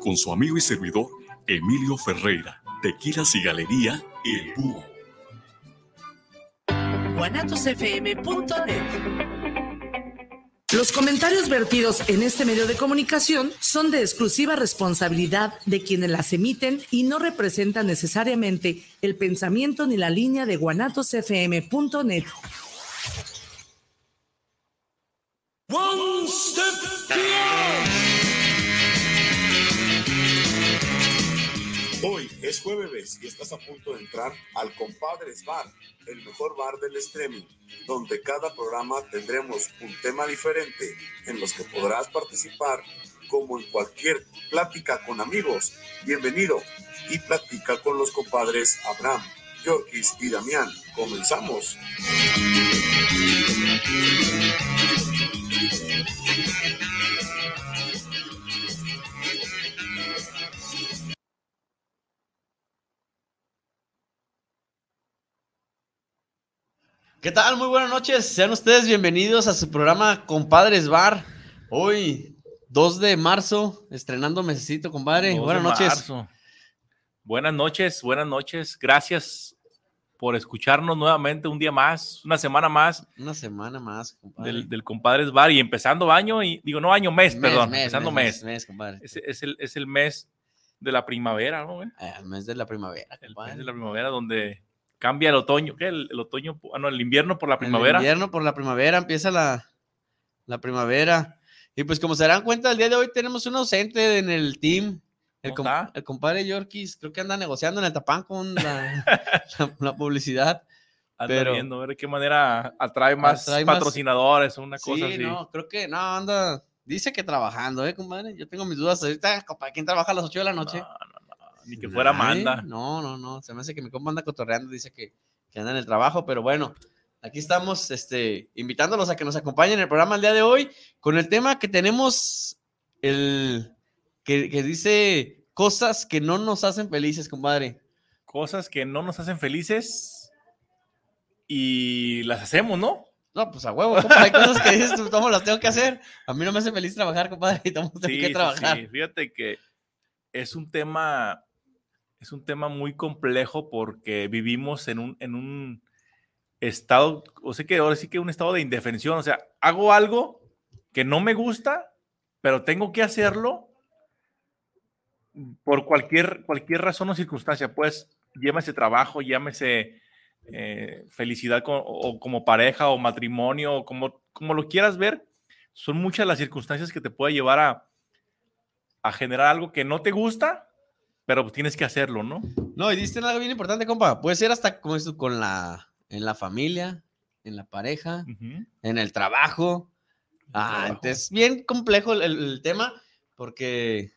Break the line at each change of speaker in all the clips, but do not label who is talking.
con su amigo y servidor Emilio Ferreira, Tequilas y Galería El Búho.
Los comentarios vertidos en este medio de comunicación son de exclusiva responsabilidad de quienes las emiten y no representan necesariamente el pensamiento ni la línea de guanatosfm.net.
Hoy es jueves y estás a punto de entrar al Compadres Bar, el mejor bar del streaming, donde cada programa tendremos un tema diferente en los que podrás participar como en cualquier plática con amigos. Bienvenido y platica con los compadres Abraham, Yorkis y Damián. Comenzamos.
¿Qué tal? Muy buenas noches. Sean ustedes bienvenidos a su programa Compadres Bar. Hoy, 2 de marzo, estrenando mesecito, compadre.
2 de
buenas noches.
marzo. Buenas noches, buenas noches. Gracias por escucharnos nuevamente un día más, una semana más
Una semana más, compadre.
del, del Compadres Bar y empezando año, y digo, no año, mes, perdón, empezando mes.
mes, compadre.
Es, es el, es el mes de la primavera, ¿no? güey?
Ah, el mes de la primavera,
El
compadre.
mes de la primavera donde cambia el otoño, ¿qué? El, el otoño, ah, no, el invierno por la
El
primavera.
invierno por la primavera, empieza la, la primavera. Y pues como se darán cuenta, el día de hoy tenemos un ausente en el team. El,
¿No
com-
está?
el compadre Yorkis, creo que anda negociando en el tapán con la- la- la publicidad.
Anda
pero-
viendo a ver de qué manera atrae más
Atrae más-
patrocinadores, una cosa
sí,
así.
no, creo que no, anda. Dice que trabajando, ¿eh, compadre? Yo tengo mis dudas ahorita, compadre, ¿quién trabaja a las 8 de la noche?
No, no, no, Ni que fuera
Nadie.
Amanda.
No, no, no, se me hace que mi compa anda cotorreando, dice que, que anda en el trabajo, pero bueno, aquí estamos este, invitándolos a que nos acompañen en el programa el día de hoy con el tema que tenemos, el que, que dice cosas que no nos hacen felices, compadre.
cosas que no nos hacen felices y las hacemos, ¿no?
No, pues a huevo, compadre, hay cosas que dices, tú, ¿cómo las tengo que hacer? A mí no me hace feliz trabajar, compadre, y tomo tengo que trabajar.
sí. Fíjate que es un tema, es un tema muy complejo porque vivimos en un, en un estado, o sea que ahora sí que un estado de indefensión, o sea, hago algo que no me gusta, pero tengo que hacerlo por cualquier, cualquier razón o circunstancia, pues llámese trabajo, llámese eh, felicidad co- o como pareja o matrimonio, o como, como lo quieras ver, son muchas las circunstancias que te puede llevar a, a generar algo que no te gusta, pero pues tienes que hacerlo, ¿no?
No, y diste en algo bien importante, compa. Puede ser hasta como esto con la en la familia, en la pareja,
Ujú.
en el trabajo. Ah,
trabajo.
entonces, bien complejo el, el- el tema, porque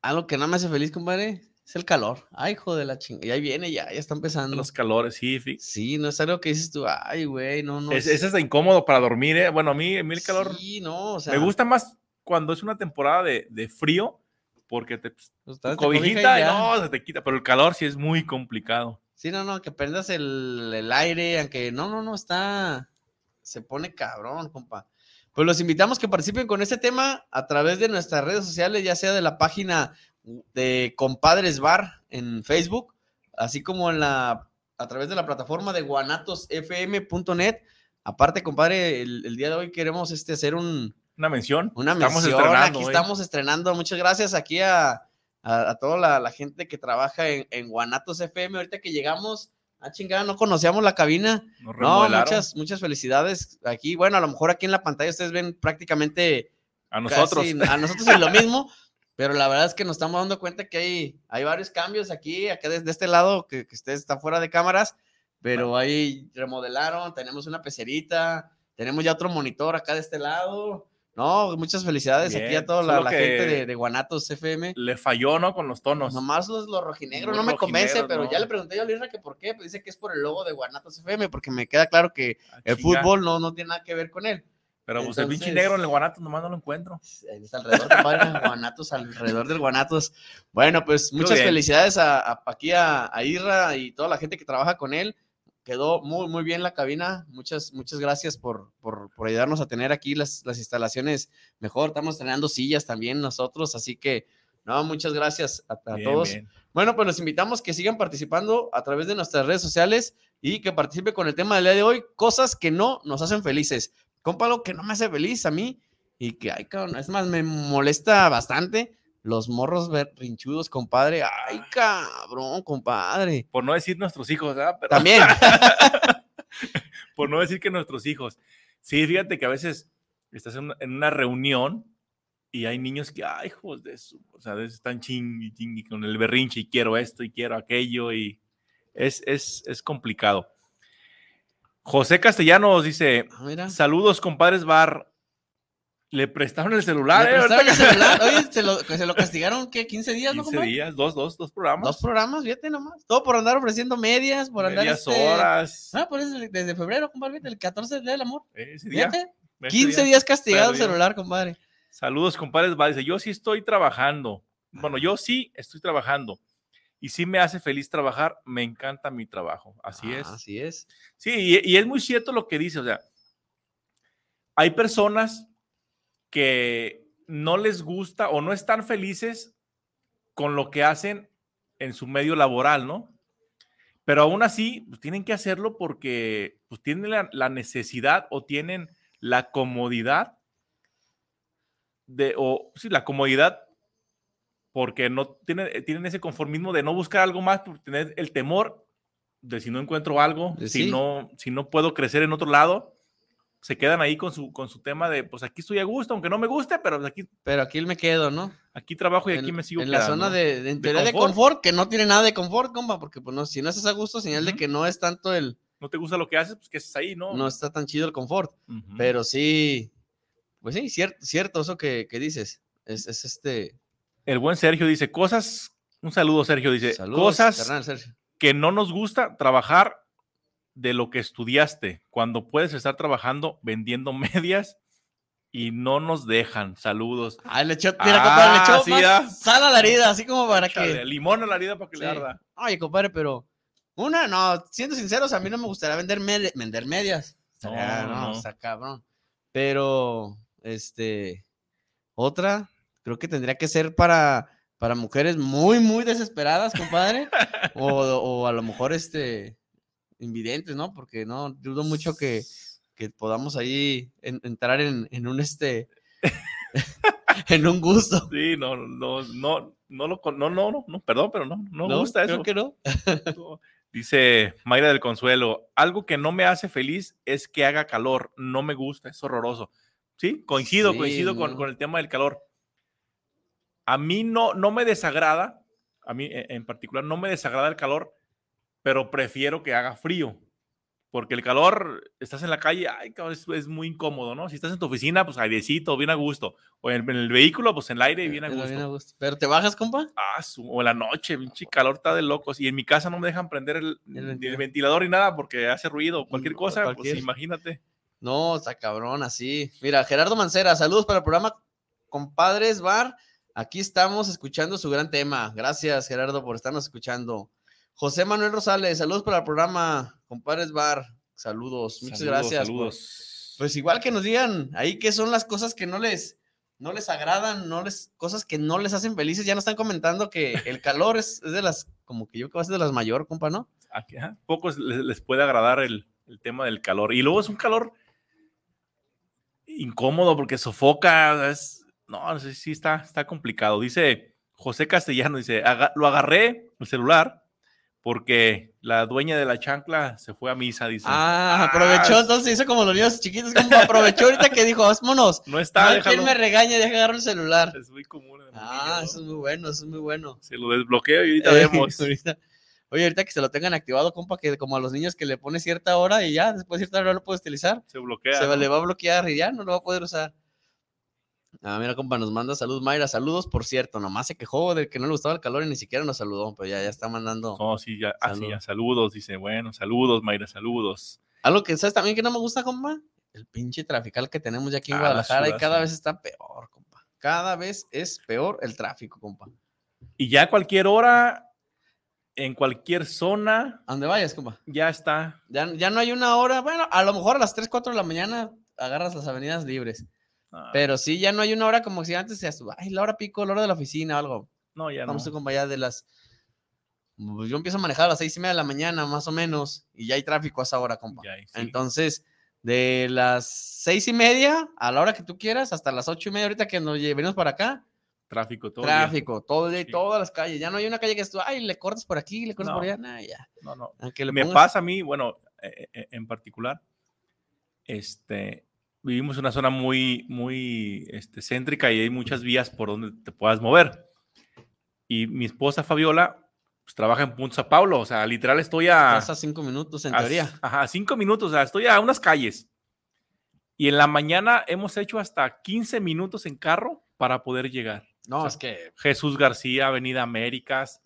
algo que no me hace feliz, compadre, es el calor. Ay, hijo de la chingada. Y ahí viene, ya, ya está empezando.
Los calores, sí. fi-
Sí, no es algo que dices tú, ay, güey, no, no.
Es, es hasta incómodo para dormir, ¿eh? Bueno, a mí, a mí el calor
Sí, no, o sea.
me gusta más cuando es una temporada de, de frío, porque te tu
pues, te cobija y
cobijita, y
ya.
no, se te quita, pero el calor sí es muy complicado.
Sí, no, no, que prendas el, el aire, aunque no, no, no, está, se pone cabrón, compa. Pues los invitamos que participen con este tema a través de nuestras redes sociales, ya sea de la página de Compadres Bar en Facebook, así como en la, a través de la plataforma de guanatosfm.net. Aparte, compadre, el, el día de hoy queremos este, hacer un,
Una mención.
una mención, aquí
¿eh?
estamos estrenando. Muchas gracias aquí a, a- a toda la, la gente que trabaja en, en Guanatos FM. Ahorita que llegamos, a chingada, no conocíamos la cabina.
Nos
No,
remodelaron
muchas, muchas felicidades. Aquí, bueno, a lo mejor aquí en la pantalla ustedes ven prácticamente
a
casi-
nosotros.
a nosotros es lo mismo. Pero la verdad es que nos estamos dando cuenta que hay, hay varios cambios aquí, acá desde este lado, que, que ustedes están fuera de cámaras, pero ahí remodelaron, tenemos una pecerita, tenemos ya otro monitor acá de este lado. No, muchas felicidades aquí
Bien,
a toda la,
solo
la gente
que-
de, de Guanatos FM.
Le falló, ¿no? Con los tonos.
Nomás los, los
Los
rojinegros no me convence,
rojinegros,
pero
no.
ya le pregunté yo a Lirra que por qué, pues dice que es por el logo de Guanatos FM, porque me queda claro que
Ah,
el
chinga.
fútbol no, no tiene nada que ver con él.
Pero pues el pinche
Entonces-
negro en el guanato nomás no lo encuentro.
Ahí está alrededor, compadre, guanatos, alrededor del guanatos. Bueno, pues muchas
bien.
felicidades a, a- aquí a, a Irra y toda la gente que trabaja con él. Quedó muy, muy bien la cabina. Muchas, muchas gracias por, por, por ayudarnos a tener aquí las, las instalaciones mejor. Estamos estrenando sillas también nosotros, así que No, muchas gracias a, a
Bien,
todos.
bien.
Bueno, pues los invitamos que sigan participando a través de nuestras redes sociales y que participe con el tema del día de hoy, cosas que no nos hacen felices. Compa, lo que no me hace feliz a mí y que, ay, cabrón, es más, me molesta bastante los morros berrinchudos, compadre. Ay,
Ah.
cabrón, compadre.
Por no decir nuestros hijos, ¿verdad? Pero-
También. ah,
por no decir que nuestros hijos. Sí, fíjate que a veces estás en una, en una reunión y hay niños que, ay, hijos de su, o sea, de- están chingui, chingui con el berrinche y quiero esto y quiero aquello y es, es, es complicado. José Castellanos dice,
Ah, Mira.
saludos compadres Bar, le prestaron el celular,
Le
eh, ahorita
prestaron el celular. Oye, se lo, se lo castigaron, ¿qué? ¿15 días, no,
15
compadre?
días, dos, dos, dos programas,
Dos programas, fíjate nomás. Todo por andar ofreciendo medias, por andar.
medias
este-
horas,
Ah, por eso desde febrero, compadre, el 14 del amor.
ese día,
Fíjate.
ese
15
día.
días castigado el
perdido.
celular, compadre.
Saludos, compadres. Va, dice, yo sí estoy trabajando. Bueno, yo sí estoy trabajando. Y sí me hace feliz trabajar. Me encanta mi trabajo. Así
Ah,
es.
Así es.
Sí, y, y es muy cierto lo que dice. O sea, hay personas que no les gusta o no están felices con lo que hacen en su medio laboral, ¿no? Pero aún así, pues, tienen que hacerlo porque pues, tienen la, la necesidad o tienen la comodidad de, o sí, la comodidad porque no tienen, eh, tienen ese conformismo de no buscar algo más, por tener el temor de si no encuentro algo,
De
si,
sí.
no, si no puedo crecer en otro lado, se quedan ahí con su, con su tema de, pues aquí estoy a gusto, aunque no me guste, pero pues, aquí,
Pero aquí me quedo, ¿no?
aquí trabajo y
en,
aquí me sigo
En la zona
quedando".
de, de, en
De
teoría de
confort.
confort, que no tiene nada de confort, compa, porque pues, no, si no estás a gusto, señal de
Ujú.
que no es tanto el,
no te gusta lo que haces, pues que es ahí, ¿no?
no está tan chido el confort.
Ujú.
Pero sí, pues sí, cierto, cierto eso que, que dices. Es, es este.
El buen Sergio dice cosas, un saludo Sergio dice,
saludos,
cosas
carnal, Sergio.
que no nos gusta trabajar de lo que estudiaste, cuando puedes estar trabajando vendiendo medias y no nos dejan. Saludos.
Ah, le echó, mira, compadre, le
Ah,
echó
sí,
más
ah.
sal a la herida, así como para que.
Échale limón a la herida para que le
Sí.
arda.
Oye, compadre, pero una, no, siendo sinceros, a mí no me gustaría vender, mede- vender medias. Estaría,
No,
no,
no.
está cabrón. Pero, este, otra, creo que tendría que ser para, para mujeres muy, muy desesperadas, compadre. o, o a lo mejor, este, invidentes, ¿no? Porque no, dudo mucho que, que podamos ahí en- entrar en, en un, este, en un gusto.
Sí, no, no, no, no, lo con- no, no, no, no, perdón, pero no, no, me
¿no?
gusta eso.
Creo que no.
No. Dice Mayra del Consuelo, algo que no me hace feliz es que haga calor, no me gusta, es horroroso. Sí, coincido,
Sí,
coincido con,
no.
con el tema del calor. A mí no, no me desagrada, a mí en en particular no me desagrada el calor, pero prefiero que haga frío, porque el calor, estás en la calle, ay, cabrón, es, es muy incómodo, ¿no? Si estás en tu oficina, pues airecito, bien a gusto, o en, en el vehículo, pues en el aire, bien a
Pero
gusto.
bien a gusto. Pero te bajas, compa.
Ah, su- o en la noche, pinche calor está de locos. Y en mi casa no me dejan prender el, ni el
ventilador.
ventilador ni nada porque hace ruido, cualquier
Mm,
cosa,
cualquier.
pues imagínate.
No, está cabrón, así. Mira, Gerardo Mancera, saludos para el programa Compadres Bar. Aquí estamos escuchando su gran tema. Gracias, Gerardo, por estarnos escuchando. José Manuel Rosales, saludos para el programa Compadres Bar. Saludos, Pues, muchas
Saludos,
gracias. por-
Saludos.
Pues igual que nos digan ahí qué son las cosas que no les no les agradan, no les cosas que no les hacen felices. Ya nos están comentando que el calor es, es de las como que yo creo que va a ser de las mayor, compa, ¿no?
A Ah, que, ajá, pocos les, les puede agradar el, el tema del calor. Y luego es un calor incómodo porque sofoca. Es, no, no sé, sí está, está complicado. Dice José Castellano, dice, "Aga- lo agarré el celular porque la dueña de la chancla se fue a misa, dice.
Ah, aprovechó,
Ah,
entonces hizo como los niños chiquitos, como aprovechó ahorita que dijo, vámonos.
No
No
está,
hay quien
déjalo.
Ah, me regañe, deja agarrar el celular.
Es muy común. en el
Ah,
niño,
eso
¿no?
es muy bueno, eso es muy bueno. Eh,
Se lo desbloqueo y ahorita vemos.
Ahorita- Oye, ahorita que se lo tengan activado, compa, que como a los niños que le pone cierta hora y ya, después de cierta hora lo puede utilizar,
Se bloquea.
se
¿no?
le va a bloquear y ya no lo va a poder usar. Ah, mira, compa, nos manda saludos, Mayra, saludos, por cierto, nomás se quejó de que no le gustaba el calor y ni siquiera nos saludó, pero ya, ya está mandando.
No, sí, ya, ah, sí,
Saludos.
ya, saludos. Dice, bueno, saludos, Mayra, saludos.
Algo que sabes también que no me gusta, compa, el pinche trafical que tenemos ya aquí en
Ah, la
Guadalajara y
ciudad,
cada
sí.
vez está peor, compa. Cada vez es peor el tráfico, compa.
Y ya a cualquier hora, en cualquier zona,
¿A dónde vayas, compa?
ya está.
Ya, ya no hay una hora, bueno, a lo mejor a las 3, 4 de la mañana agarras las avenidas libres,
Ah,
pero sí, ya no hay una hora como si antes se ay, la hora pico, la hora de la oficina o algo.
No, ya
Vamos
no.
acompañadas de las. pues yo empiezo a manejar a las seis y media de la mañana, más o menos, y ya hay tráfico a esa hora, compa.
Ya, ahí sí.
Entonces, de las seis y media a la hora que tú quieras, hasta las ocho y media, ahorita que nos lle- venimos para acá,
tráfico todo. el día.
tráfico, todo el día y
Sí.
todas las calles. Ya no hay una calle que tú, ay, le cortas por aquí, le cortas
No.
por allá, nada, ya.
No, no.
Aunque le
me
pongas-
pasa a mí, bueno, eh, eh, en particular, este, vivimos en una zona muy, muy este, céntrica y hay muchas vías por donde te puedas mover. Y mi esposa Fabiola, pues trabaja en Punta Sao Paulo, o sea, literal estoy a...
Estás a cinco minutos, en
a-
teoría.
Ajá, a cinco minutos, o sea, estoy a unas calles. Y en la mañana hemos hecho hasta 15 minutos en carro para poder llegar.
No,
sea,
es que.
Jesús García, Avenida Américas,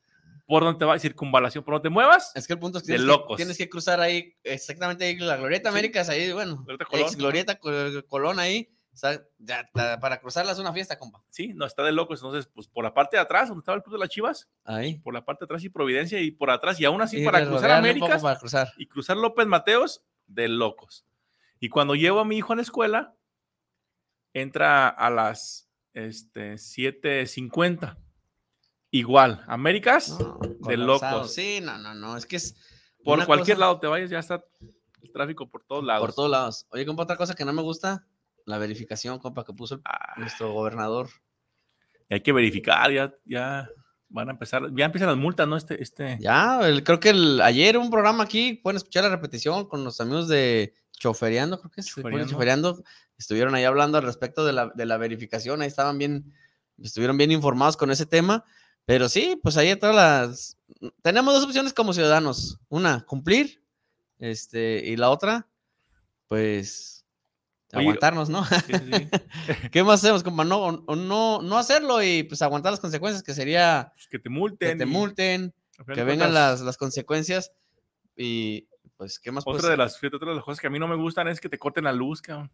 por donde te va, circunvalación, por donde te muevas.
Es que el punto es que,
de
tienes, Que,
locos.
tienes que cruzar ahí, exactamente ahí, la Glorieta
Sí.
Américas, ahí, bueno,
Glorieta Colón.
ex Glorieta Col- Colón ahí, o sea, ya, ta- para cruzarla es una fiesta, compa.
Sí, no, está de locos. Entonces, pues por la parte de atrás, donde estaba el club de las Chivas,
Ahí.
por la parte de atrás y Providencia y por atrás, y aún así
Y
para
rodearle
cruzar
un poco
Américas
Para cruzar.
y cruzar López Mateos, de locos. Y cuando llevo a mi hijo a la escuela, entra a las este, 7:50. Igual, Américas,
No,
de
colapsado.
locos.
Sí, no, no, no, es que es.
por
una
cualquier
cosa-
lado te vayas, ya está el tráfico por todos lados.
Por todos lados. Oye, compa, otra cosa que no me gusta, la verificación, compa, que puso el-
Ah,
nuestro gobernador.
y hay que verificar, ya, ya van a empezar, ya empiezan las multas, ¿no? Este, este,
Ya, el- creo que el, ayer un programa aquí, pueden escuchar la repetición con los amigos de Chofereando, creo que se pone
Chofereando.
Chofereando, estuvieron ahí hablando al respecto de la, de la verificación, ahí estaban bien, estuvieron bien informados con ese tema, pero sí, pues ahí todas las... Tenemos dos opciones como ciudadanos, una, cumplir, este, y la otra, pues...
Oye,
aguantarnos, ¿no?
sí, sí, sí. Pues,
¿Qué más hacemos, compa? No, o- o no, no hacerlo y pues aguantar las consecuencias que sería
Pues que te multen.
que te
y-
multen,
al final
que
de
vengan
cuentas,
las, las consecuencias y pues qué más puedes
Otra de,
hacer?
las, fíjate, otra de las cosas que a mí no me gustan es que te corten la luz, cabrón.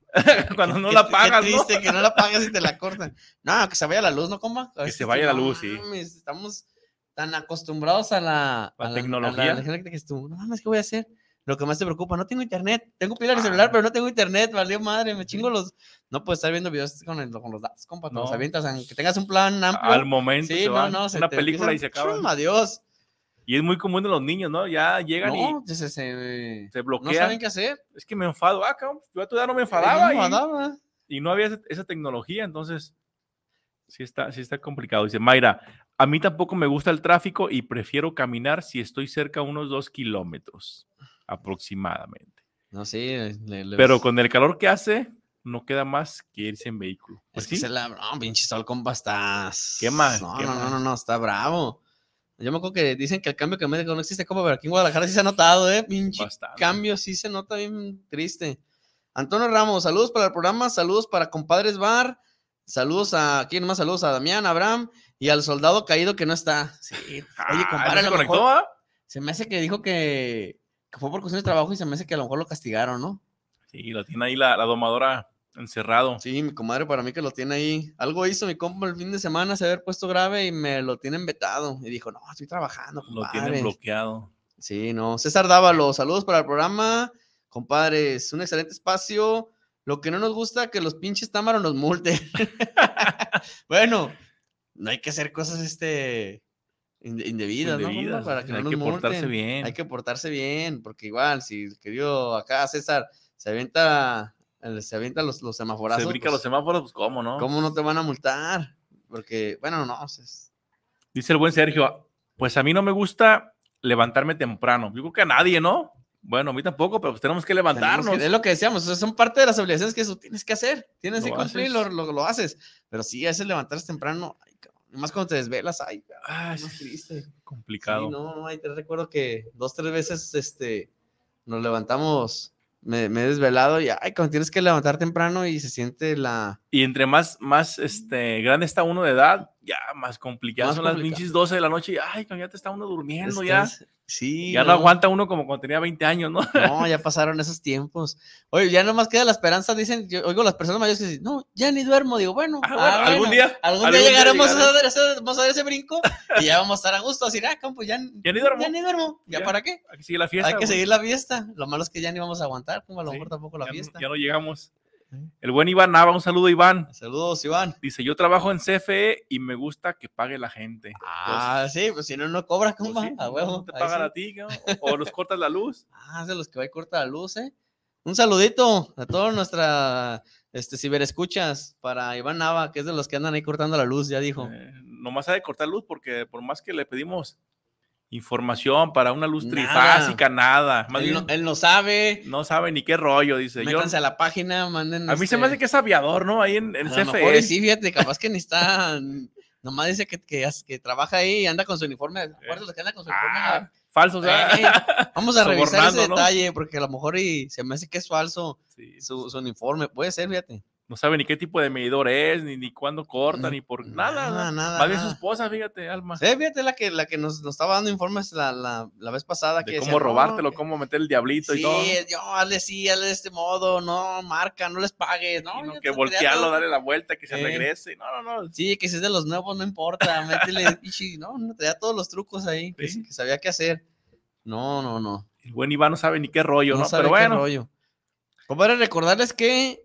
Cuando no
Qué-
la
qué
pagas, ¿no?
triste que no la pagas y te la cortan. No, que se vaya la luz, ¿no, compa? A
Que
veces
se vaya
tú,
la
no
luz, sí.
mames, Estamos tan acostumbrados a la,
La
a
tecnología.
A la, tecnología que tú, no mames, ¿qué voy a hacer? Lo que más te preocupa, no tengo internet. Tengo pila en el
Ah.
celular, pero no tengo internet. Valió madre, me chingo los. No puedes estar viendo videos con, el- con los datos, compa. te los
No.
avientas, aunque tengas un plan amplio.
Al momento
Sí,
se
no,
van.
no, se
una
te
película y se
empiezan,
acaba.
¡chum! Adiós.
Y es muy común en los niños, ¿no? Ya llegan
No,
y
pues, se, se-
se
no
bloquean.
saben qué hacer.
Es que me enfado. Ah, cabrón, yo a tu edad no me
Yo
enfadaba.
me
y-
enfadaba.
y no había esa, esa tecnología, entonces sí está, sí está complicado. Dice Mayra, a mí tampoco me gusta el tráfico y prefiero caminar si estoy cerca unos dos kilómetros aproximadamente.
No, sí. eh, le- le-
Pero con el calor que hace, no queda más que irse en vehículo.
Es
Pues
que
sí,
se la. No, pinche sol, compa, estás.
Quema,
No,
quema.
no, no, no, no, está bravo. Yo me acuerdo que dicen que el cambio climático no existe, compa, pero aquí en Guadalajara sí se ha notado, ¿eh? Pinche
bastante.
cambio, sí se nota bien triste. Antonio Ramos, saludos para el programa, saludos para Compadres Bar, saludos a. ¿Quién más? Saludos a Damián, Abraham y al soldado caído que no está. Sí.
Ah,
Oye,
¿no
compadre,
se
a lo
conectó,
mejor-
ah?
Se me hace que dijo que, que fue por cuestión de trabajo y se me hace que a lo mejor lo castigaron, ¿no?
Sí, lo tiene ahí la, la domadora encerrado.
Sí, mi comadre para mí que lo tiene ahí. Algo hizo mi compa el fin de semana, se haber puesto grave y me lo tienen vetado. Y dijo, no, estoy trabajando,
Lo
compadre.
tienen bloqueado.
Sí, no. César Dávalo, saludos para el programa. Compadres, un excelente espacio. Lo que no nos gusta que los pinches támaros nos multen. bueno, no hay que hacer cosas este inde- indebidas, ¿no, compa?
Indebidas,
Para que no
Pues hay
nos
que portarse
multen.
bien.
Hay que portarse bien, porque igual, si el querido acá César se avienta, el- se avienta los, los semaforazos.
se brinca
pues,
los semáforos, pues cómo, ¿no?
¿Cómo no te van a multar? Porque, bueno, no, pues, es-
Dice el buen Sergio, pues a mí no me gusta levantarme temprano. Yo creo que a nadie, ¿no? Bueno, a mí tampoco, pero pues tenemos que
tenemos que-
levantarnos.
es lo que decíamos, o sea, son parte de las obligaciones que eso tienes que hacer, tienes
Lo
que cumplir, lo,
haces.
lo, lo haces, pero sí, a veces levantarse temprano, ay, cabrón, y más cuando te desvelas, ay, cabrón,
Ah,
es
sí,
más triste. Sí,
complicado.
no, no, ay, te recuerdo que dos, tres veces, este, nos levantamos, me, me he desvelado y, ay, cuando tienes que levantar temprano y se siente la...
Y entre más, más este, grande está uno de edad, ya más complicado.
Más
Son las
complicado.
pinches 12 de la noche y, ay, cabrón, ya te está uno durmiendo, ya.
descansa. Sí,
Ya no aguanta uno como cuando tenía 20 años, ¿no?
No, ya pasaron esos tiempos. Oye, ya nomás queda la esperanza, dicen, yo oigo las personas mayores que dicen, no, ya ni duermo, digo, bueno,
Ah,
ah,
bueno, algún
bueno,
día,
Algún, día llegaremos a dar, ese- vamos a dar ese brinco y ya vamos a estar a gusto, así, ah, campo, ya,
Ya ni duermo.
ya ni duermo, ¿ya,
Ya,
para qué?
Aquí sigue la fiesta.
Hay que
güey.
seguir la fiesta. Lo malo es que ya ni vamos a aguantar, como a lo
Sí,
mejor tampoco la
Ya no-
fiesta.
Ya no llegamos. El buen Iván Nava, un saludo Iván.
Saludos, Iván.
Dice, yo trabajo en CFE y me gusta que pague la gente.
Ah, sí, pues si no, no cobras,
Pues
compa.
sí,
a
no
huevo.
te
ahí
pagan
sí.
a ti, ¿no? o los cortas la luz.
Ah, es de los que va y corta la luz, ¿eh? Un saludito a toda nuestra este, ciberescuchas para Iván Nava, que es de los que andan ahí cortando la luz, ya dijo.
Eh, nomás ha de cortar luz porque por más que le pedimos información para una luz
Nada.
trifásica, nada. Más
él,
bien,
no, él no sabe,
no sabe ni qué rollo, dice. Yo,
métanse a la página, manden. este,
a mí se me hace que es aviador, ¿no? Ahí en, E. en
el
CFE.
sí, fíjate, capaz que ni está. Nomás dice que, que, as- que trabaja ahí y anda con su uniforme. Acuérdate los que andan con su uniforme.
Eh. Ah, falso, o sea,
Eh, vamos a revisar ese
sobornando, ¿no?
detalle, porque a lo mejor y se me hace que es falso
sí,
su, su uniforme. Puede ser, fíjate.
no sabe ni qué tipo de medidor es, ni, ni cuándo corta, ni por nada.
Nada,
Nada,
nada,
Más bien su
nada.
esposa, fíjate, Alma.
Sí, fíjate la que, la que nos, nos estaba dando informes la, la, la vez pasada.
De
que
cómo
decía, "No,
robártelo,
que-
cómo meter el diablito
Sí,
y todo.
yo, hazle sí, hazle de este modo, no, marca, no les pagues, no.
Y no,
yo
que
te quería
voltearlo,
todo".
darle la vuelta, que se
Sí.
regrese. No, no, no.
Sí, que si es de los nuevos, no importa, métele, pichi, no, no, te da todos los trucos ahí, que,
Sí.
que sabía qué hacer. No, no, no.
El buen Iván no sabe ni qué rollo,
no
¿no?
sabe
Pero
qué
bueno,
rollo. Compadre, recordarles que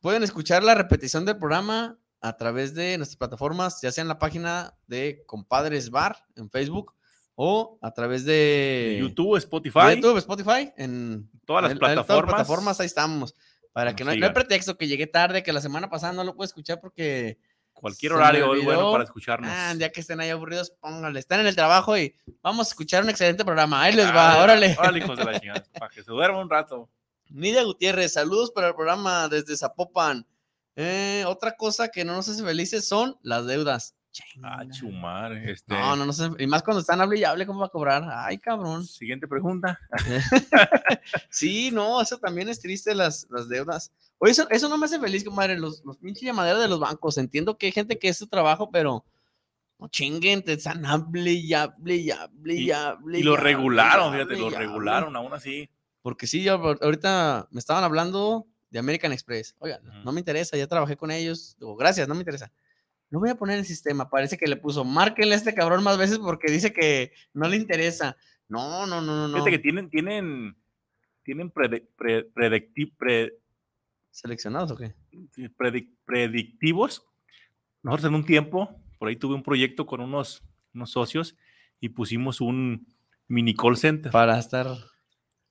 pueden escuchar la repetición del programa a través de nuestras plataformas, ya sea en la página de Compadres Bar en Facebook o a través de
YouTube, Spotify,
YouTube, Spotify, en
todas las
en- en
plataformas.
plataformas, ahí estamos. Para
Nos
que no, no hay
sigan.
pretexto que llegué tarde, que la semana pasada no lo pude escuchar porque
Cualquier
Se me
horario es
olvidó.
bueno para escucharnos.
ah, ya que estén ahí aburridos, pónganle. Están en el trabajo y vamos a escuchar un excelente programa. Ahí les va,
Ah,
órale.
Órale, hijos de la chingada. Para que se duerma un rato.
Nidia Gutiérrez, saludos para el programa desde Zapopan. Eh, otra cosa que no nos hace felices son las deudas.
Ah,
Chinga.
chumar. Este.
No, no, no sé. Y más cuando están hable y hable, ¿cómo va a cobrar? Ay, cabrón.
Siguiente pregunta.
Sí, no, eso también es triste, las, las deudas. Oye, eso, eso no me hace feliz, comadre, los, los pinches llamaderos de los bancos. Entiendo que hay gente que es su trabajo, pero no chinguen, te están hable y hable y hable y
Y-
hable.
Y lo
hable,
regularon,
hable,
fíjate,
y
lo
hable.
regularon aún así.
Porque sí, yo ahor- ahorita me estaban hablando de American Express. Oigan,
Ujú.
no me interesa, ya trabajé con ellos. Digo, gracias, no me interesa. Lo voy a poner en el sistema. Parece que le puso, márquenle a este cabrón más veces porque dice que no le interesa. No, no, no, no. no.
Fíjate que tienen, tienen, tienen prede- pre- predicti- pre-
¿Seleccionados o qué?
predic- predictivos. Nosotros en un tiempo, por ahí tuve un proyecto con unos, unos socios y pusimos un mini call center.
Para estar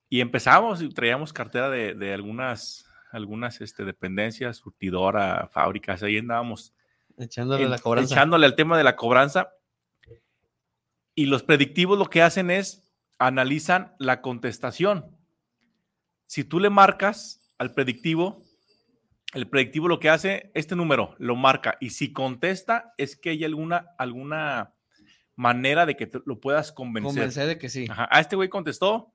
Y empezamos y traíamos cartera de, de algunas, algunas este, dependencias, surtidora, fábricas, ahí andábamos
Echándole
en-
la cobranza.
echándole al tema de la cobranza. Y los predictivos lo que hacen es analizan la contestación. Si tú le marcas al predictivo, el predictivo lo que hace, este número lo marca y si contesta es que hay alguna, alguna manera de que te- lo puedas convencer.
Convencer de que sí.
Ajá, Ah, este güey contestó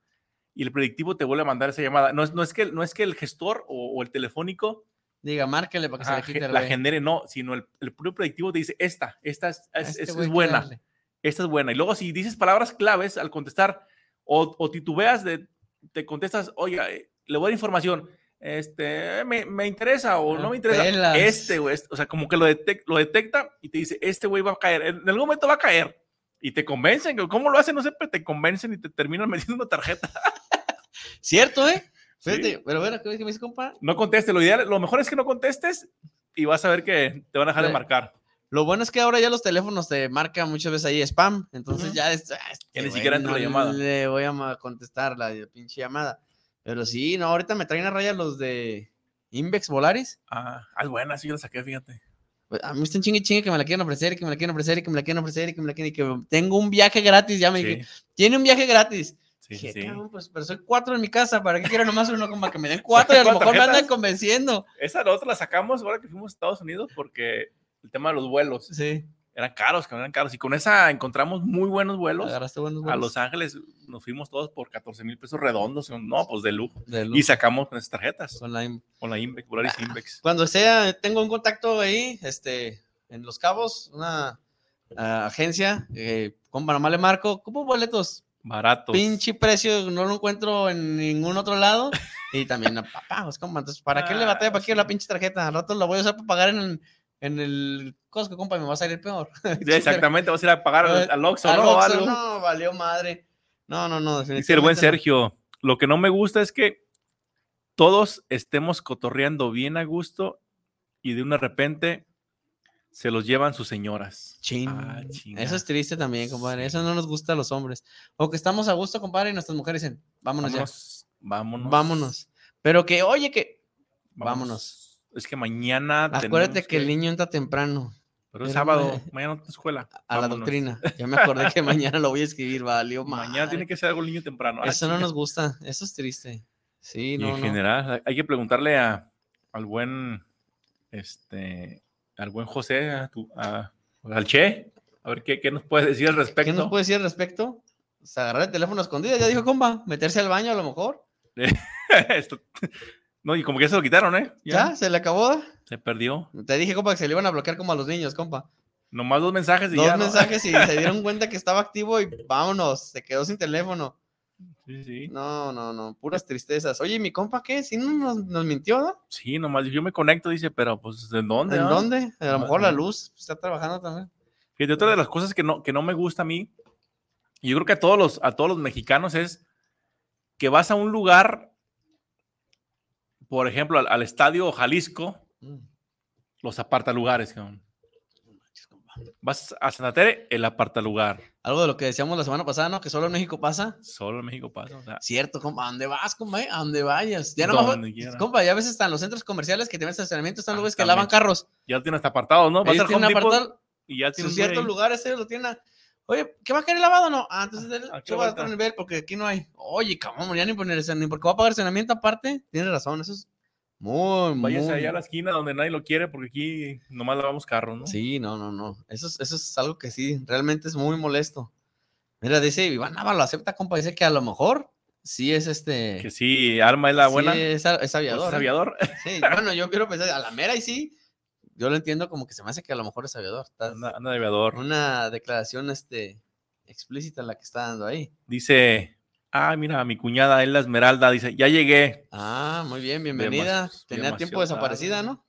y el predictivo te vuelve a mandar esa llamada. No es, no es, que, no es que el gestor o, o el telefónico
Diga, márquele para que
ajá,
se le quite
ge-
el
la
güey.
genere, no, sino el, el propio predictivo te dice, esta, esta es,
A
es-
este
es- es
güey hay que
buena,
darle.
esta es buena. Y luego si dices palabras claves al contestar o, o titubeas, de, te contestas, oye, eh, le voy a dar información, este, eh, me, me interesa o no me interesa.
Ah, Pelas.
Este, güey, este, o sea, como que lo, detec- lo detecta y te dice, este güey va a caer, en algún momento va a caer. Y te convencen, ¿cómo lo hacen? No sé, pero te convencen y te terminan metiendo una tarjeta.
Cierto, ¿eh?
Sí.
Fíjate, pero bueno, ¿qué qué me dice, compa?
No contestes, lo ideal, lo mejor es que no contestes y vas a ver que te van a dejar de
Sí.
marcar.
Lo bueno es que ahora ya los teléfonos te marcan muchas veces ahí spam, entonces
Ujú.
ya es, ah, este
Ya ni
güey,
siquiera entra
no
la llamada.
Le voy a ma- contestar la pinche llamada. Pero sí, no, ahorita me traen a raya los de Invex Volaris.
Ah, ah, es buena, sí, yo la saqué, fíjate.
Pues, A mí están chingue chingue que me la quieren ofrecer, y que me la quieren ofrecer, y que me la quieren ofrecer, y que me la quieren, y que tengo un viaje gratis, ya Ah, me
Sí,
dije, tiene un viaje gratis.
sí, sí,
Dije,
sí.
"Cabrón, pues, pero soy cuatro en mi casa, ¿para qué quiero nomás uno? Como que me den cuatro y a lo
¿Cuatro
mejor me andan
tarjetas?
convenciendo.
Esa nosotros la sacamos ahora que fuimos a Estados Unidos porque el tema de los vuelos
Sí,
eran caros, que eran caros. Y con esa encontramos muy buenos vuelos.
agarraste buenos
A
vuelos.
Los Ángeles nos fuimos todos por 14 mil pesos redondos. No, pues de lujo.
De Ah,
Y
luz,
sacamos con esas tarjetas,
con la in-
con la Invex, Polaris Invex.
Cuando sea, tengo un contacto ahí, este, en Los Cabos, una ah, agencia, eh, con Panamá le marco, ¿cómo boletos?
Baratos.
Pinche precio, no lo encuentro en ningún otro lado. Y también, ah, papá, pues, compa, entonces, ¿para qué le
Ah,
batalla? ¿Para qué
sí.
la pinche tarjeta? Al rato la voy a usar para pagar en el, en el Costco, compa, y me va a salir peor.
Sí, exactamente, vas a ir a pagar al, al Oxxo,
Ah, Al
¿no? O
Oxxo,
algo.
no, valió madre. No, no, no.
Dice el buen
definitivamente no.
Sergio, lo que no me gusta es que todos estemos cotorreando bien a gusto y de una repente se los llevan sus señoras.
Chin.
Ah, chinga.
Eso es triste también, compadre. Eso no nos gusta a los hombres. O que estamos a gusto, compadre, y nuestras mujeres dicen, vámonos,
Vámonos,
ya.
vámonos.
Vámonos. Pero que, oye, que. vámonos.
Es que mañana.
Acuérdate
tenemos
que el niño entra temprano
Pero es
Pero
sábado,
ma-
mañana no te escuela.
a la
Vámonos.
doctrina. Ya me acordé que mañana lo voy a escribir, valió
Mañana tiene que ser algo el niño temprano. Ah,
Eso no
chinga.
nos gusta. Eso es triste. Sí,
Y
no.
en
no.
general, hay- hay que preguntarle a, al buen, este, al buen José, a tu- a- al Che, a ver qué, qué nos puede decir al respecto.
¿Qué nos puede decir al respecto? O sea, agarrar el teléfono escondido, ya dijo compa, meterse al baño a lo mejor.
Esto- no, y como que se lo quitaron, ¿eh?
Ya, se le acabó.
Se perdió.
Te dije, compa, que se le iban a bloquear como a los niños, compa.
Nomás dos mensajes y
Dos
ya. ¿no?
mensajes y se dieron cuenta que estaba activo y vámonos, se quedó sin teléfono.
Sí, sí.
No, no, no, puras tristezas. Oye, ¿y mi compa qué? Si no nos, nos mintió, ¿no?
Sí, nomás yo me conecto, dice, pero pues, ¿de dónde?
¿En
ah?
dónde? A lo
No,
mejor la
no.
luz está trabajando también.
Fíjate, otra de las cosas que no, que no me gusta a mí, y yo creo que a todos los, a todos los mexicanos es que vas a un lugar, por ejemplo, al, al estadio Jalisco,
Mm,
los apartalugares, cabrón.
manches, compa.
Vas a Santa Tere, el apartalugar.
Algo de lo que decíamos la semana pasada, ¿no? Que solo en México pasa.
Solo en México pasa. o sea,
Cierto, compa, ¿a dónde vas, compa? eh? ¿A dónde vayas? Ya no me acuerdo-
Donde quiera.
Compa, ya a veces están los centros comerciales que tienen estacionamiento, están
Ah,
lugares que lavan
también.
carros.
ya tienen hasta apartados, ¿no? Vas
Ellos
al Home
tienen
Depot
apartado
y ya
en
tienes
ciertos
güey.
lugares, ellos lo tienen. a- Oye, ¿qué va a querer lavado o no? Ah, entonces dale-
¿a qué
súbale a
vuelta?
otro nivel porque aquí no hay. Oye, cabrón, ya ni, por el- ni porque va a pagar estacionamiento aparte. Tienes razón, eso es muy, muy.
Váyase allá a la esquina donde nadie lo quiere porque aquí nomás lavamos carros, ¿no?
Sí, no, no, no. Eso es, eso es algo que sí, realmente es muy molesto. Mira, dice Iván Nava, lo acepta, compa. Dice que a lo mejor sí es este.
Que sí, Alma es la
sí
buena.
es, a- es
pues,
aviador.
es
¿eh?
aviador.
Sí, bueno, yo quiero pensar, a la mera y sí, yo lo entiendo como que se me hace que a lo mejor es aviador. Está-
Anda, anda de aviador.
Una declaración este, explícita la que está dando ahí.
Dice, ah, mira, mi cuñada es la Esmeralda. Dice, ya llegué.
Ah, muy bien, bienvenida.
Demasi-
Tenía
demasiado
tiempo desapaparecida,
tarde.
¿no?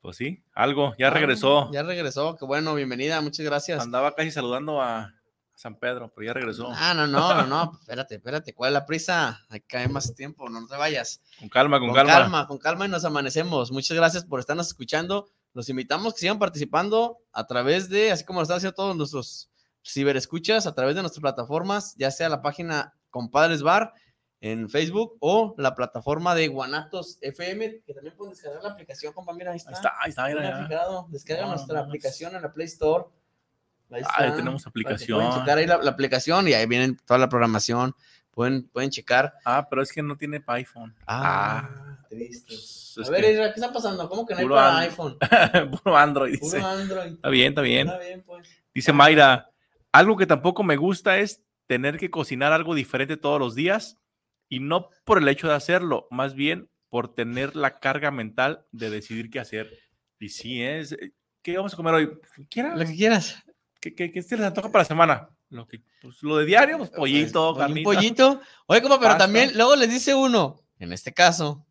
Pues sí, algo, ya
Ah,
regresó.
Ya regresó, qué bueno, bienvenida, muchas gracias.
Andaba casi saludando a San Pedro, pero ya regresó.
Ah, no, no, no, no, espérate, espérate, ¿cuál es la prisa? Hay que hay más tiempo, no te vayas.
Con calma, con,
Con,
calma.
calma. con calma y nos amanecemos. Muchas gracias por estarnos escuchando. Los invitamos que sigan participando a través de, así como lo están haciendo todos nuestros ciberescuchas, a través de nuestras plataformas, ya sea la página Compadres Bar en Facebook o la plataforma de Guanatos FM, que también pueden descargar la aplicación, compa, mira, ahí está.
Ahí está, ahí está, mira,
Mira,
ya.
fijado, Descarga
No,
nuestra
no, no.
aplicación en la Play Store. Ahí
Ah, ahí
está,
tenemos
para que Pueden
aplicación.
checar ahí la, la aplicación y ahí vienen toda la programación. Pueden, pueden checar.
Ah, pero es que no tiene para iPhone.
Ah, triste.
Pues,
A
es
ver,
que-
Ezra, ¿qué está pasando? ¿Cómo que no hay
Puro
para
Android.
iPhone?
puro Android,
Puro
dice.
Android.
Está bien, está bien.
Está bien, pues.
Dice Mayra, algo que tampoco me gusta es tener que cocinar algo diferente todos los días y no por el hecho de hacerlo, más bien por tener la carga mental de decidir qué hacer. Y sí, es... eh, ¿Qué vamos a comer hoy? ¿Qué, era?
Lo que quieras.
¿Qué, qué- qué se les antoja para la semana? Lo, que, pues, lo de diario, pues pollito,
Pues, Un
carnita.
pollito. Oye, compa, pero
Pasta.
también luego les dice uno, en este caso,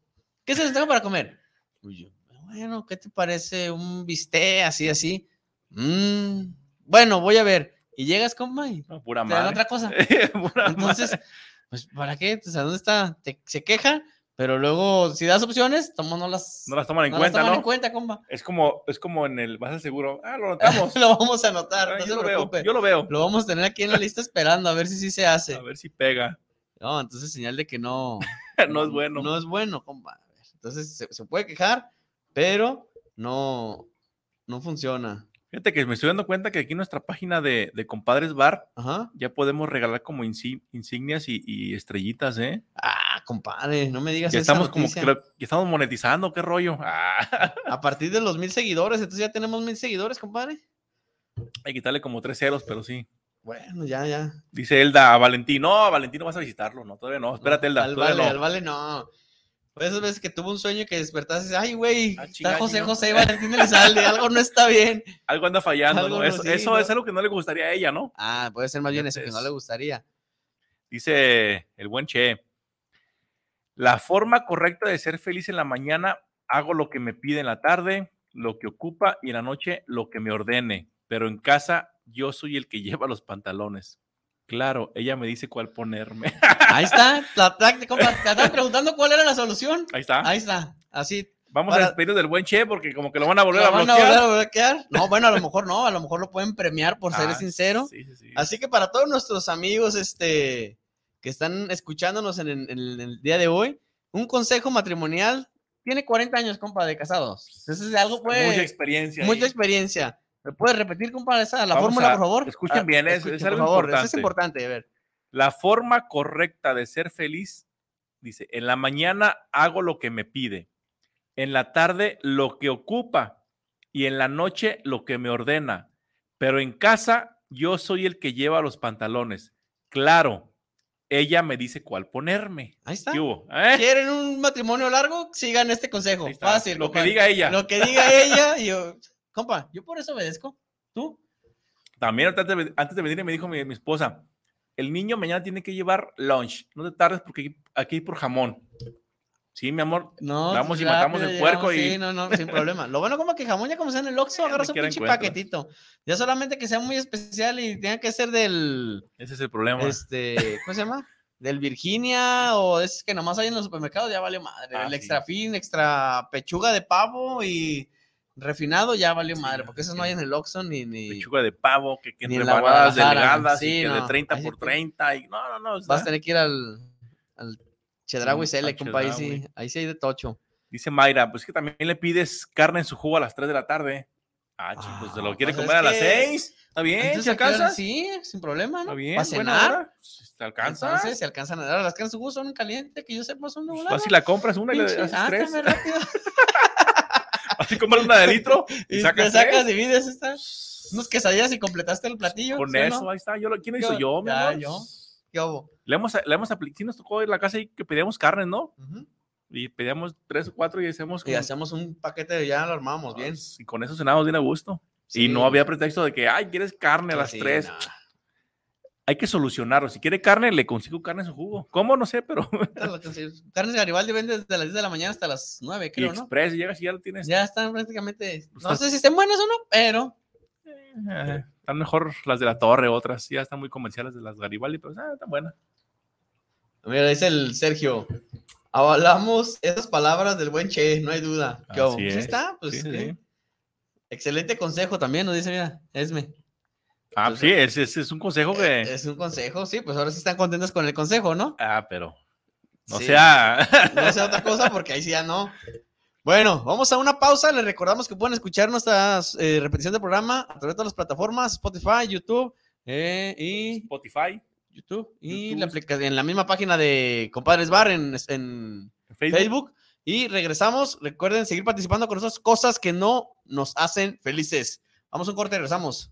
¿qué se les tengo para comer? Y yo, bueno, ¿qué te parece? Un bistec, así, así. Mm, bueno, voy a ver. Y llegas, compa, y
No, pura
te dan
madre.
otra cosa.
Pura
Entonces, pues, ¿para qué? O sea, ¿dónde está? Te- se queja, pero luego, si das opciones, toma, no las,
No las toman en
no las
cuenta,
toman
¿no?
en cuenta, compa.
Es como, es como en el, vas al seguro, ah, lo notamos.
lo vamos a
Ah,
anotar, no
yo,
se
lo veo,
preocupe.
yo lo veo.
Lo vamos a tener aquí en la lista esperando a ver si sí se hace.
A ver si pega.
No, entonces señal de que no.
no es bueno.
No es bueno, compa. Entonces se, se puede quejar, pero no, no funciona.
Fíjate que me estoy dando cuenta que aquí en nuestra página de, de Compadres Bar
Ajá.
ya podemos regalar como insi- insignias y, y estrellitas, ¿eh?
Ah, compadre, no me digas
Ya
esa
estamos como,
noticia.
creo- ya estamos monetizando, qué rollo. Ah,
A partir de los mil seguidores, entonces ya tenemos mil seguidores, compadre.
hay que quitarle como tres ceros, pero sí.
Bueno, ya, ya.
Dice Elda a Valentín, no, a Valentín no vas a visitarlo, no, todavía no, espérate Elda,
Al
todavía
vale,
no.
al vale, no. Por esas veces que tuvo un sueño que despertaste, y dices, ay, güey,
Ah, chinga,
está José
chinga".
José Valentín Elizalde, algo no está bien.
Algo anda fallando,
Algo
¿no?
no,
Eso,
sí,
eso
no.
es algo que no le gustaría a ella, ¿no?
Ah, puede ser más bien
Fíjate
eso que no
eso.
le gustaría.
Dice el buen Che, la forma correcta de ser feliz en la mañana, hago lo que me pide en la tarde, lo que ocupa y en la noche lo que me ordene, pero en casa yo soy el que lleva los pantalones. Claro, ella me dice cuál ponerme.
Ahí está. La, la- compa, te estaban preguntando cuál era la solución.
Ahí está.
Ahí está. Así.
Vamos
para-
a despedirnos del buen Che porque como que lo van a volver a
¿Lo van a
bloquear.
volver a bloquear? No, bueno, a lo mejor no. A lo mejor lo pueden premiar por ser
Ah,
sincero.
Sí, sí, sí.
Así que para todos nuestros amigos este, que están escuchándonos en, en- en el día de hoy, un consejo matrimonial tiene 40 años, compa, de casados. Entonces, algo puede.
Mucha experiencia.
pues. Mucha
ahí.
experiencia. ¿Me puedes repetir, compa, esa, la
Vamos
fórmula,
a-
por favor? Ah,
escuchen bien, es- es
por
algo
favor, eso
importante.
es importante, a ver.
La forma correcta de ser feliz, dice, en la mañana hago lo que me pide, en la tarde lo que ocupa y en la noche lo que me ordena, pero en casa yo soy el que lleva los pantalones. Claro, ella me dice cuál ponerme.
Ahí está.
¿Qué hubo? ¿Eh?
¿Quieren un matrimonio largo? Sigan este consejo.
Ahí está,
Fácil.
Lo que
compa.
diga ella.
Lo que diga ella. y Yo, compa, yo por eso obedezco. ¿Tú?
También ahorita antes de, antes de venir me dijo mi, mi esposa, el niño mañana tiene que llevar lunch. No te tardes porque aquí, aquí hay por jamón. Sí, mi amor.
No.
Vamos y
rápido
matamos el
llegamos,
puerco y-
Sí, no, no, sin problema. Lo bueno como que jamón ya como sea en el Oxxo,
Donde
agarras un
quiera
pinche
encuentras.
paquetito. Ya solamente que sea muy especial y tenga que ser del...
Ese es el problema.
este, ¿cómo se llama? Del Virginia o de esos que nomás hay en los supermercados, ya valió madre.
Ah,
el
sí.
extra fin, extra pechuga de pavo y refinado ya valió madre, porque esos no hay en el Oxxo ni, ni
pechuga de pavo, que, que
Ni
entre
en la
rebanadas
Guadalajara,
delgadas
sí,
y que
no,
de 30
ahí sí
por
te-
30 y no, no, no. o
vas a
sea,
tener que ir al, al Chedraui
Mm,
Cele,
al
compa, ahí sí,
Chedraui.
ahí sí hay de tocho.
Dice Mayra, pues que también le pides carne en su jugo a las 3 de la tarde. Ah, chicos, se
Ah,
lo quiere
pues es
comer a las
que-
6. ¿Está bien?
Entonces,
¿Se
¿a qué hora?
alcanza?
Sí, sin problema, ¿no?
¿Está bien?
¿Va a
buena
cenar?
hora. ¿Pues ¿Se alcanza?
Entonces, si alcanzan a dar las carnes su gusto, son calientes, que yo sepa, son de
Pues,
volada.
vas y la compras una y le
Pinche,
haces
ah,
tres.
dame rápido.
Así compras una de litro y
Y
sacas,
te sacas,
tres.
divides, está. Unos quesadillas y completaste el platillo.
Con
¿sí o no?
eso, ahí está. Yo lo, ¿Quién lo
Yo-
hizo yo, mi
ya,
amor?
yo. ¿Qué hubo?
Le hemos, le hemos apli- sí nos tocó ir a la casa y que pedíamos carne, ¿no?
Ujú.
Y pedíamos tres o cuatro y hacemos
Y
como-
hacemos un paquete de ya lo armamos bien.
Pues, Y con eso cenábamos bien a gusto. Y
Sí. Pues
no había pretexto de que, ay, quieres carne a las
Sí,
3.
nah.
Hay que solucionarlo. Si quiere carne, le consigo carne en su jugo. ¿Cómo? No sé, pero.
Carnes Garibaldi vende desde las 10 de la mañana hasta las 9,
Y
creo, ¿no?
Express, llegas y ya lo tienes.
Ya están prácticamente. No
Estás-
sé si estén buenas o no, pero.
Eh, están mejor las de la torre, otras. Ya están muy comerciales de las Garibaldi, pero ah, están buenas.
Mira, dice el Sergio. Avalamos esas palabras del buen Che, no hay duda. ¿Qué hubo?
Así
Pues
es.
está, pues,
Sí, sí,
¿qué?
sí.
Excelente consejo también, nos dice, mira, Esme.
Ah,
Entonces-
sí, ese, ese es un consejo que.
e, Es un consejo, sí, pues ahora sí están contentos con el consejo, ¿no?
Ah, pero. No
Sí.
sea.
no sea otra cosa porque ahí sí ya no. Bueno, vamos a una pausa. Les recordamos que pueden escuchar nuestra eh, repetición del programa a través de todas las plataformas, Spotify, YouTube eh, y
Spotify,
YouTube y
YouTube.
la aplica- en la misma página de Compadres Bar en, en
Facebook.
Facebook. Y regresamos. Recuerden seguir participando con nosotros, cosas que no nos hacen felices. Vamos a un corte y regresamos.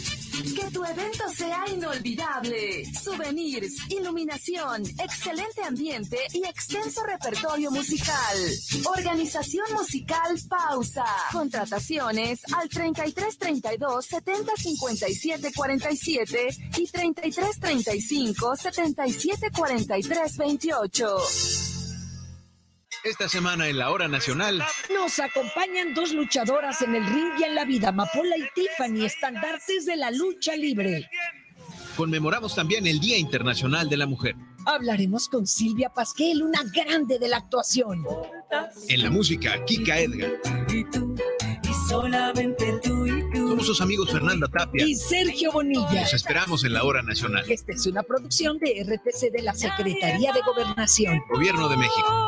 Que tu evento sea inolvidable. Souvenirs, iluminación, excelente ambiente y extenso repertorio musical. Organización musical Pausa. Contrataciones al 33 32 70 57 47 y 33 35 77 43 28.
Esta semana en la hora nacional,
Nos acompañan dos luchadoras en el ring y en la vida, Mapola y Tiffany, estandartes de la lucha libre.
conmemoramos también el Día Internacional de la Mujer.
Hablaremos con Silvia Pasquel, una grande de la actuación.
En la música, Kika Edgar. Somos sus amigos Fernanda Tapia.
Y Sergio Bonilla.
Los esperamos en la hora nacional.
Esta es una producción de RTC de la Secretaría de Gobernación.
Gobierno de México.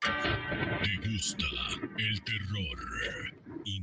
¿Te gusta el terror?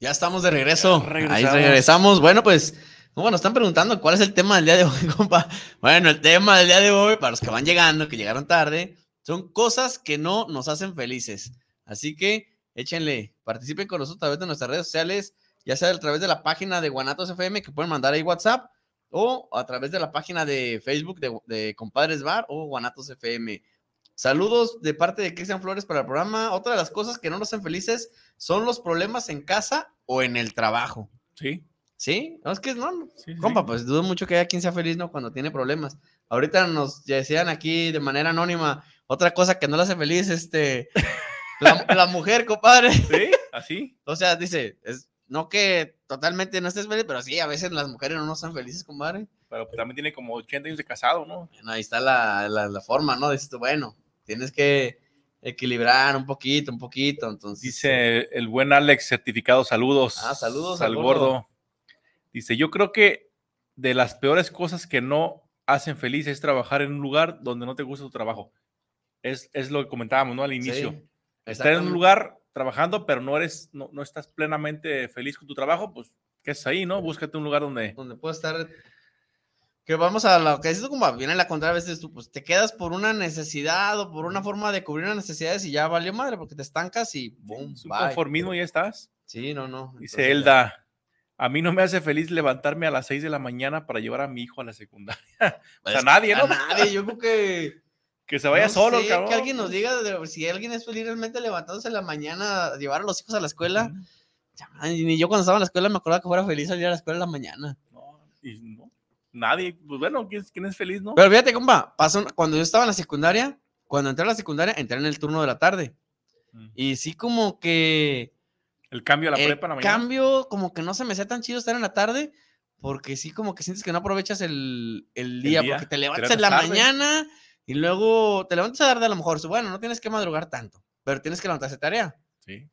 Ya estamos de regreso. Regresamos. Ahí regresamos. Bueno, pues, bueno, están preguntando cuál es el tema del día de hoy, compa. Bueno, el tema del día de hoy, para los que van llegando, que llegaron tarde, son cosas que no nos hacen felices. Así que échenle, participen con nosotros a través de nuestras redes sociales, ya sea a través de la página de Guanatos FM, que pueden mandar ahí WhatsApp, o a través de la página de Facebook de, de Compadres Bar o Guanatos FM. Saludos de parte de Cristian Flores para el programa. Otra de las cosas que no nos hacen felices son los problemas en casa o en el trabajo.
Sí.
Sí, no, es que no, sí, compa, sí. pues dudo mucho que haya quien sea feliz, ¿no? Cuando tiene problemas. Ahorita nos decían aquí de manera anónima, otra cosa que no le hace feliz, este, la, la, mujer, compadre.
Sí, así.
o sea, dice, es, no que totalmente no estés feliz, pero sí, a veces las mujeres no nos hacen felices, compadre.
Pero pues, también tiene como 80 años de casado, ¿no?
Bueno, ahí está la, la, la forma, ¿no? Dices tú, bueno, tienes que equilibrar un poquito, un poquito. Entonces,
dice el, el buen Alex, certificado, saludos.
Ah, saludos
al gordo. gordo. Dice, yo creo que de las peores cosas que no hacen feliz es trabajar en un lugar donde no te gusta tu trabajo. Es, es lo que comentábamos, ¿no? Al inicio. Sí, Estar en un lugar trabajando, pero no eres, no, no, estás plenamente feliz con tu trabajo, pues, ¿qué es ahí, no? Búscate un lugar donde...
Donde puedas estar... Que vamos a lo que dices como viene la contra, a veces tú pues te quedas por una necesidad o por una forma de cubrir una necesidades y ya valió madre porque te estancas y boom,
sí, conformismo ya estás.
Sí, no, no.
Dice Elda, ya. a mí no me hace feliz levantarme a las 6 de la mañana para llevar a mi hijo a la secundaria. o sea, pues, nadie, ¿no?
A nadie, yo creo que
que se vaya no solo, sé, cabrón. pues.
Que alguien nos diga de, si alguien es feliz realmente levantándose en la mañana a llevar a los hijos a la escuela. Uh -huh. Ni yo cuando estaba en la escuela me acordaba que fuera feliz salir a la escuela en la mañana.
No, y no nadie, pues bueno, ¿quién es, ¿quién, es feliz, no?
Pero fíjate, compa, pasó, cuando yo estaba en la secundaria, cuando entré a la secundaria, entré en el turno de la tarde. Mm. Y sí como que...
El cambio a la
el
prepa en la
mañana. Eh, cambio, como que no se me sea tan chido estar en la tarde, porque sí como que sientes que no aprovechas el, el, día, el día, porque te levantas en la tarde. mañana y luego te levantas a tarde a lo mejor. Bueno, no tienes que madrugar tanto, pero tienes que levantarse tarea.
Sí.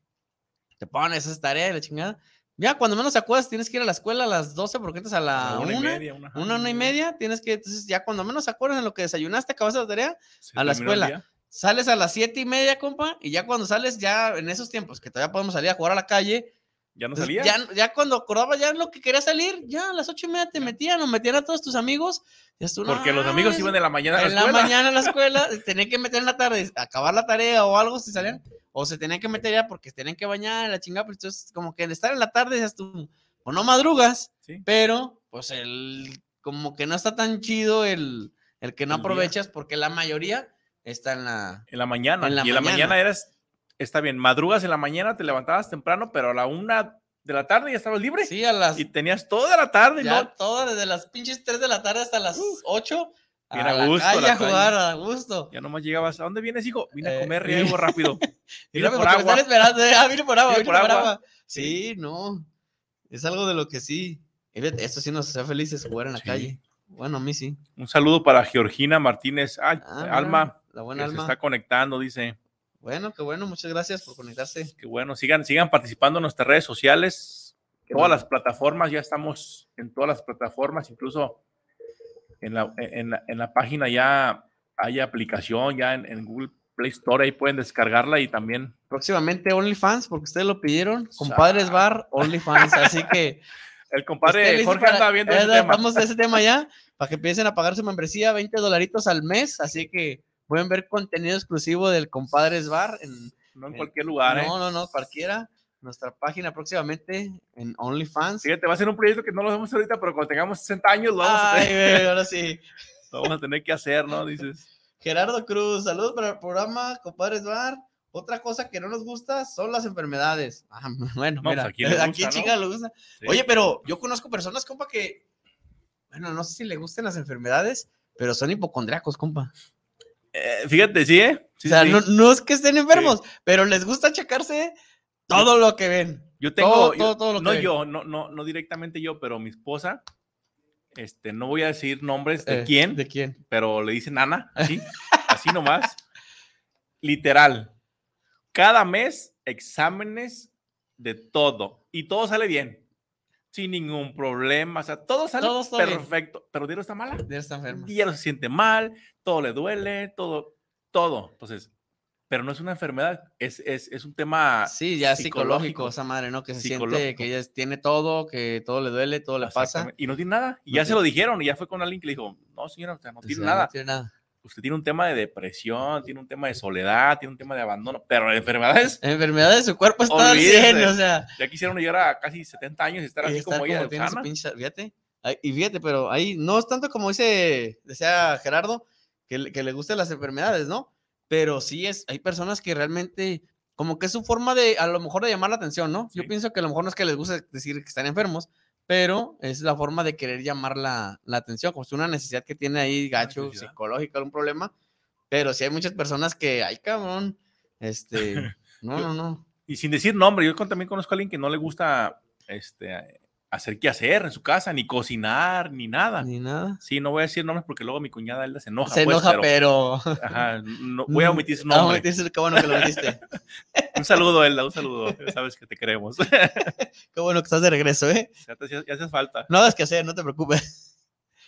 Te pones esa tarea y la chingada. Ya, cuando menos te acuerdas, tienes que ir a la escuela a las 12 porque entras a la 1, una, una, media, una, una, una, y media. Tienes que, entonces, ya cuando menos te acuerdas en lo que desayunaste, acabaste la tarea, Se a la escuela. Sales a las 7 y media, compa, y ya cuando sales, ya en esos tiempos que todavía podemos salir a jugar a la calle,
Ya no salía.
Ya, ya cuando acordaba ya lo que quería salir, ya a las ocho y media te metían o metían a todos tus amigos. y tú, no
Porque los amigos
mames,
iban de la mañana a la
en la
escuela.
mañana a la escuela, se tenían que meter en la tarde, acabar la tarea o algo si salían, o se tenían que meter ya porque se tenían que bañar, la chingada, pues entonces como que al estar en la tarde decías tú, o no madrugas, pero pues el, como que no está tan chido el, el que no
El día.
aprovechas porque la mayoría está en la...
En la mañana.
En la
y en la
mañana.
mañana eras, está bien, madrugas en la mañana, te levantabas temprano, pero a la una de la tarde ya estabas libre.
Sí, a las.
Y tenías toda la tarde,
Ya
¿no?
todo desde las pinches 3 de la tarde hasta las 8.
Bien
a,
a
la
gusto, a
calle
la
a jugar
calle.
a gusto.
Ya nomás llegabas. ¿A dónde vienes, hijo? Vine
Eh,
a comer,
sí.
llego rápido. Vine
Mira,
por
porque me
agua.
están esperando, eh, ah, vine por agua,
Vine
vine
por
por
agua.
agua. Sí, no. Es algo de lo que sí. Y ve- Esto sí nos hace felices jugar en la calle. Bueno, a mí sí. Ah,
Un saludo para Georgina Martínez. Ay,
mira,
Alma.
la buena
que
Alma.
Se está conectando, dice.
Bueno, qué bueno, muchas gracias por conectarse.
Qué bueno. Sigan, sigan participando en nuestras redes sociales.
Qué
todas
bueno.
las plataformas, ya estamos en todas las plataformas, incluso en la, en la- en la página ya hay aplicación, ya en, en Google Play Store, ahí pueden descargarla y también
Próximamente OnlyFans, porque ustedes lo pidieron. Compadres Bar, OnlyFans. Así que.
El compadre
Ustedes
Jorge
Este, para-
anda viendo ese
eh,
tema.
Vamos a ese tema ya, para que empiecen a pagar su membresía, 20 dolaritos al mes, así que pueden ver contenido exclusivo del Compadres Bar. En,
No en cualquier lugar,
No,
¿eh?
no, no, cualquiera. Nuestra página próximamente en OnlyFans.
Fíjate, va a ser un proyecto que no lo hacemos ahorita, pero cuando tengamos 60 años lo vamos a
Ay,
tener.
güey, ahora sí.
Lo vamos a tener que hacer, ¿no? Dices.
Gerardo Cruz, saludos para el programa, Compadres Bar. Otra cosa que no nos gusta son las enfermedades. Ah, bueno,
No, pues
mira,
aquí
aquí,
le gusta, ¿no?
chinga le gusta.
Sí.
Oye, pero yo conozco personas, compa, que, bueno, no sé si le gustan las enfermedades, pero son hipocondriacos, compa.
Eh, fíjate, sí, ¿eh? Sí,
o sea,
sí,
no,
sí.
no es que estén enfermos, pero les gusta checarse todo lo que ven.
Yo tengo.
Todo,
yo-
todo, todo lo que
no
ven.
yo, no, no, no directamente yo, pero mi esposa. Este, no voy a decir nombres de
Eh,
quién.
¿De quién?
Pero le dicen Ana, así, así nomás. Literal. Cada mes, exámenes de todo. Y todo sale bien. Sin ningún problema. O sea, todo sale
Todo está bien.
perfecto. Pero Dios está mala.
De esta enferma.
Dios se siente mal, todo le duele, todo, todo. Entonces, pero no es una enfermedad, es, es, es un tema
Sí, ya psicológico, esa madre, ¿no? Que se siente
Ah, Psicológico.
que ella tiene todo, que todo le duele, todo le pasa.
Exactamente. Y no tiene nada. Y ya
No
se lo
tiene-
dijeron, y ya fue con alguien que le dijo, no, señora, usted no
O
tiene
sea, no
nada.
tiene nada.
Usted tiene un tema de depresión, tiene un tema de soledad, tiene un tema de abandono, pero de enfermedades.
Enfermedades, su cuerpo está al
olvídese.
100, o sea.
Ya quisieron llegar a casi 70 años y estar
Y
así
estar
como
como
ella. de
tiene su
sana.
pinche- fíjate, ay, y fíjate, pero ahí no es tanto como dice, decía Gerardo, que, le- que le gustan las enfermedades, ¿no? Pero sí es, hay personas que realmente, como que es su forma de, a lo mejor de llamar la atención, ¿no? Yo pienso que a lo mejor no es que les guste decir que están enfermos, pero es la forma de querer llamar la, la atención, como es una necesidad que tiene ahí, gacho,
necesidad.
psicológica, algún problema. Pero sí hay muchas personas que, ay, cabrón, este, no, no, no.
Y sin decir nombre, yo con- también conozco a alguien que no le gusta este, hacer qué hacer en su casa, ni cocinar, ni nada.
Ni nada.
Sí, no voy a decir nombres porque luego mi cuñada Elda se enoja.
Se
pues,
enoja, pero...
Ajá, no- voy a omitir su
Ah,
nombre.
omitir su- qué bueno que lo omitiste.
un saludo, Elda, un saludo. Ya Sabes que te queremos.
Qué bueno que estás de regreso, ¿eh?
ya, te, ya haces falta.
No hagas que hacer, no te preocupes.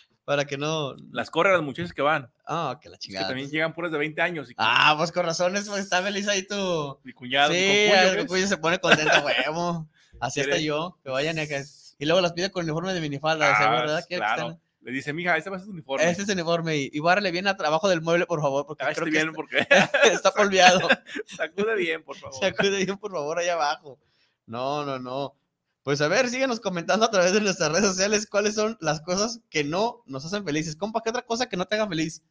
Para que no.
Las corre a las muchachas que van.
Ah, que la
Es que
chingada.
también llegan puras de 20 años. Y
Ah, pues con razones, pues está feliz ahí tú.
mi cuñado, mi
Sí,
concuño,
el
¿ves?
cucuyo se pone contento, huevo. Así hasta
Quiere-
yo, que vayan acá. Y luego las pide con uniforme de minifalda,
Ah,
seguro, ¿verdad? Quiero que
claro.
estén-
Le dice, mija, este va a ser tu uniforme.
Este es el uniforme y, y bárrele bien a trabajo del mueble, por favor, porque
Ah, este
creo que
bien,
está-
porque
está polviado.
sacude bien, por favor.
Sacude bien, por favor, allá abajo. No, no, no. Pues a ver, síguenos comentando a través de nuestras redes sociales cuáles son las cosas que no nos hacen felices. Compa, ¿qué otra cosa que no te haga feliz?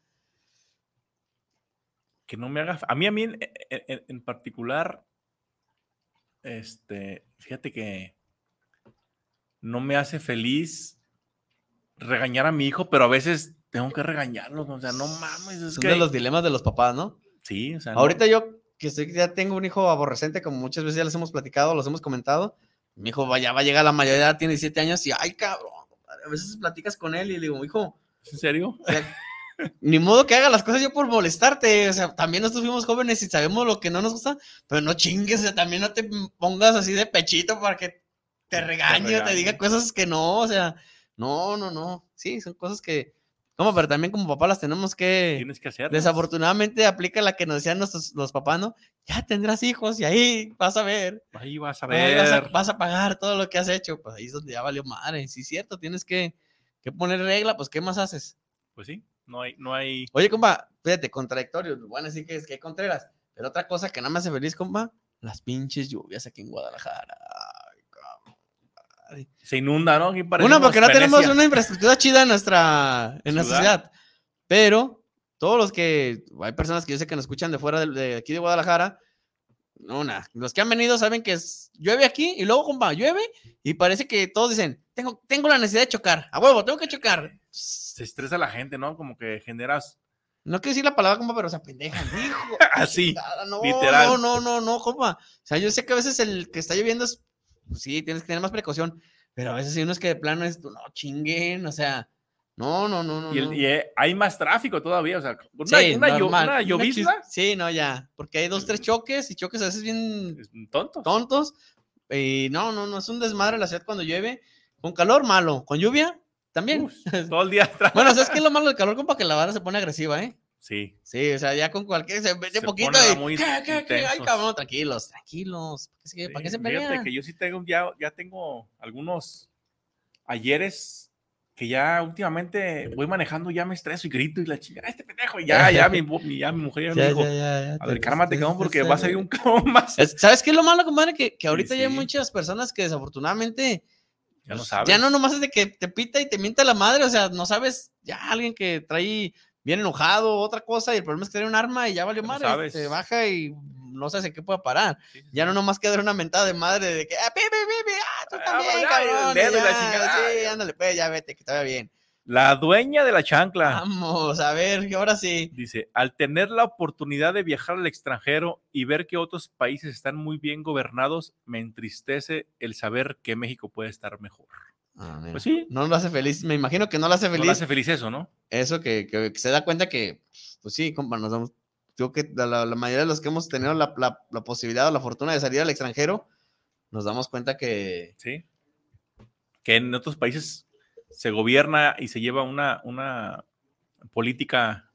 que no me haga. A mí, a mí en, en- en- en particular, este, fíjate que no me hace feliz regañar a mi hijo, pero a veces tengo que regañarlo. O sea, no mames, es
Son
que.
de los dilemas de los papás, ¿no?
Sí, o sea. no-
Ahorita yo, que estoy, ya tengo un hijo aborrecente, como muchas veces ya les hemos platicado, los hemos comentado. Mi hijo va- ya va a llegar a la mayoría, de edad, tiene 17 años y, ay, cabrón, compadre, a veces platicas con él y le digo, hijo,
¿En serio?
ni modo que haga las cosas yo por molestarte. O sea, también nosotros fuimos jóvenes y sabemos lo que no nos gusta, pero no chingues, o sea, también no te pongas así de pechito para que te regañe o te
regañe.
diga cosas que no, o sea, no, no, no. Sí, son cosas que, No, pero también como papá las tenemos que.
Tienes que hacerlas.
Desafortunadamente aplica la que nos decían nuestros los papás, ¿no? Ya tendrás hijos y ahí vas a ver.
Ahí vas a
Ahí vas, a,
ver.
vas a pagar todo lo que has hecho. Pues ahí es donde ya valió madre. Sí, cierto, tienes que, que poner regla, pues ¿qué más haces?
Pues sí, no hay, no hay.
Oye, compa, fíjate, contradictorio. Van a decir que es que hay Contreras. Pero otra cosa que no me hace feliz, compa, las pinches lluvias aquí en Guadalajara. Ay, compadre.
Se inunda, ¿no? Aquí parece
Uno, porque no
Venecia.
tenemos una infraestructura chida en nuestra, en nuestra
Ciudad.
ciudad. Pero todos los que. Hay personas que yo sé que nos escuchan de fuera de, de aquí de Guadalajara. No, nah, Los que han venido saben que es- llueve aquí y luego, compa, llueve y parece que todos dicen: tengo, tengo la necesidad de chocar. A huevo, tengo que chocar.
Se estresa la gente, ¿no? Como que generas
No quiero decir la palabra, compa, pero se apendejan. Hijo.
así.
Ah, No,
Literal.
no, no, no, no, compa. O sea, yo sé que a veces el que está lloviendo es, pues sí, tienes que tener más precaución, pero a veces hay unos que de plano es, no, chinguen, o sea, no, no, no, no.
Y, el-
no.
y, eh, hay más tráfico todavía, o sea, una,
Sí,
una llo-
normal.
una
Una
llovizna.
chis- Sí, no, ya, porque hay dos, tres choques y choques a veces bien
tontos.
Tontos. Y no, no, no, es un desmadre la ciudad cuando llueve. Con calor, malo. Con lluvia, también.
todo el día.
bueno, ¿sabes qué es lo malo del calor? Compa, que la vara se pone agresiva, ¿eh?
Sí.
Sí, o sea, ya con cualquier, se mete
Se
poquito
ponen
y,
muy
¿qué, qué, qué? Ay,
intensos.
cabrón, tranquilos, tranquilos. ¿Para qué se, para qué se
Sí, fíjate
pelean?
que yo sí tengo, ya, ya tengo algunos ayeres que ya últimamente voy manejando, ya me estreso y grito y la chingada, este pendejo, y ya, ya, mi, mu- mi- ya mi mujer ya,
Ya,
me dijo,
ya, ya, ya,
a
te-
ver, cálmate,
te-
cabrón,
te-
porque
te-
va a salir un cabrón más.
Es- ¿Sabes qué es lo malo, compadre? Que, que ahorita ya hay
sí.
muchas personas que desafortunadamente
Ya no
pues,
sabes.
Ya no nomás es de que te pita y te mienta la madre, o sea, no sabes, ya alguien que trae bien enojado otra cosa y el problema es que trae un arma y ya valió
no
madre,
sabes.
se baja y no sabes en qué pueda parar. Ya no nomás queda una mentada de madre de que, ah, pi, pi, pi, pi, ah, tú también,
ya,
cabrón,
el dedo y la
ya,
chingada,
sí, ándale, pues, ya vete, que te vaya bien.
La dueña de la
Ah,
chancla.
Vamos, a ver, que ahora sí.
Dice, al tener la oportunidad de viajar al extranjero y ver que otros países están muy bien gobernados, me entristece el saber que México puede estar mejor. Pues sí.
Ah, No lo hace feliz, me imagino que no lo hace
No
feliz.
le hace feliz eso, ¿no?
Eso que, que- que se da cuenta que, pues sí, compa, nos damos. Yo que la, la- la mayoría de los que hemos tenido la, la- la posibilidad o la fortuna de salir al extranjero, nos damos cuenta que.
Sí. Que en otros países se gobierna y se lleva una, una política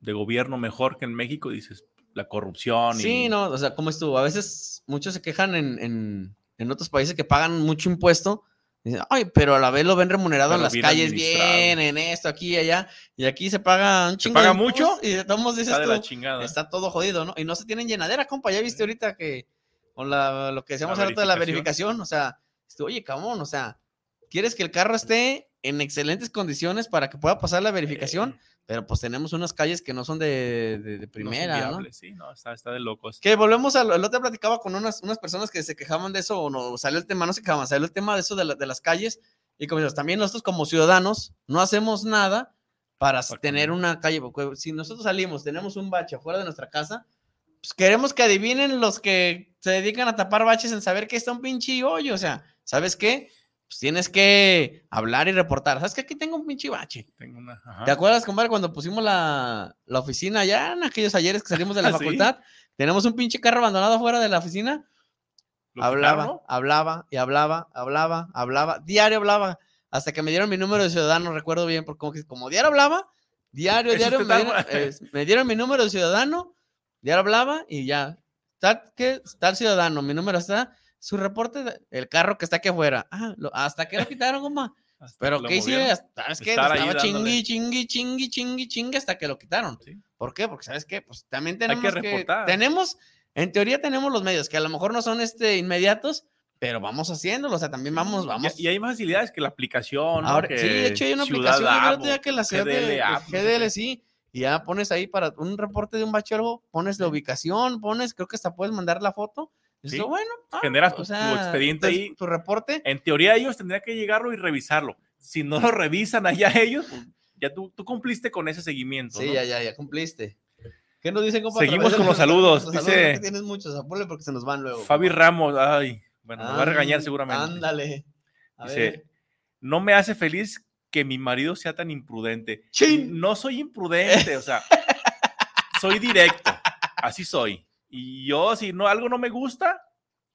de gobierno mejor que en México, dices, la corrupción. y-
Sí, no, o sea, ¿cómo estuvo? A veces muchos se quejan en, en- en otros países que pagan mucho impuesto. Dicen, Ay, pero a la vez lo ven remunerado en
Pero
las
bien
calles
administrado.
bien, en esto, aquí y allá. Y aquí se paga un chingo.
paga
de impuestos
mucho?
Y de todos modos dices
Está de
tú,
la chingada.
está todo jodido, ¿no? Y no se tienen llenadera, compa. Ya viste ahorita que con la, lo que decíamos
La
ahorita de la verificación, o sea, dices, oye, cabrón, o sea, quieres que el carro esté en excelentes condiciones para que pueda pasar la verificación, pero pues tenemos unas calles que no son de, de- de
Eh. no son
primera, ¿no?
viables, Sí, no, está, está de locos.
Que volvemos al, el otro día platicaba con unas, unas personas que se quejaban de eso, o no, salió el tema, no se quejaban, salió el tema de eso de, la- de las calles, y como dices, también nosotros como ciudadanos no hacemos nada para tener una calle, porque si nosotros salimos, tenemos un bache afuera de nuestra casa, pues queremos que adivinen los que se dedican a tapar baches en saber que está un pinche hoyo, o sea, ¿sabes qué? Pues tienes que hablar y reportar, ¿sabes que aquí tengo un pinche bache?
Tengo una, ajá.
¿Te acuerdas, compadre, cuando pusimos la, la oficina allá en aquellos ayeres que salimos de la
Ah, Sí.
facultad? Tenemos un pinche carro abandonado afuera de la oficina.
¿Lo
Hablaba,
quitaron?
hablaba y hablaba, hablaba, hablaba, diario hablaba, hasta que me dieron mi número de ciudadano, recuerdo bien, porque como, que- como diario hablaba, diario,
Eso
diario, me
está
dieron,
mal.
eh, me dieron mi número de ciudadano, diario hablaba y ya, tal, que, tal ciudadano, mi número está, su reporte, de- el carro que está aquí afuera, ah, lo- hasta que lo quitaron, compa. Pero
lo
¿qué hice?
movieron.
Hasta- ¿Sabes qué?
Estar ahí
Estaba
dándole.
chingui, chingui, chingui, chingui, chingui hasta que lo quitaron. ¿Por qué? Porque ¿sabes qué? Pues también
Hay que
tenemos que,
reportar.
tenemos, en teoría tenemos los medios que a lo mejor no son este inmediatos, pero vamos haciéndolo, o sea, también vamos, vamos.
Y, y hay más facilidades que la aplicación. ¿no?
Ahora,
Que
sí, de hecho hay una
Ciudad
aplicación yo creo,
App,
tía, que la ciudad
GDL
de
App, no sé
pues, GDL, sí, y ya pones ahí para un reporte de un bache o algo, pones la ubicación, pones, creo que hasta puedes mandar la foto. Y
Sí,
dices, bueno,
generas tu,
o
tu
sea, pues
expediente
entonces,
ahí.
Tu reporte.
En teoría ellos tendrían que llegarlo y revisarlo. Si no lo revisan allá ellos, pues, ya tú, tú cumpliste con ese seguimiento.
Sí,
¿no?
ya, ya, ya cumpliste. ¿Qué nos dicen, compa? a
Seguimos
través de
con los saludos, dice-
es que tienes muchos, apúrale porque se nos van luego.
Fabi
compa.
Ramos, ay, bueno, me va a
Ánd-
regañar seguramente.
Ándale. A ver.
Dice, no me hace feliz que mi marido sea tan imprudente. No soy imprudente, o sea, soy directo, así soy. Y yo, si no, algo no me gusta,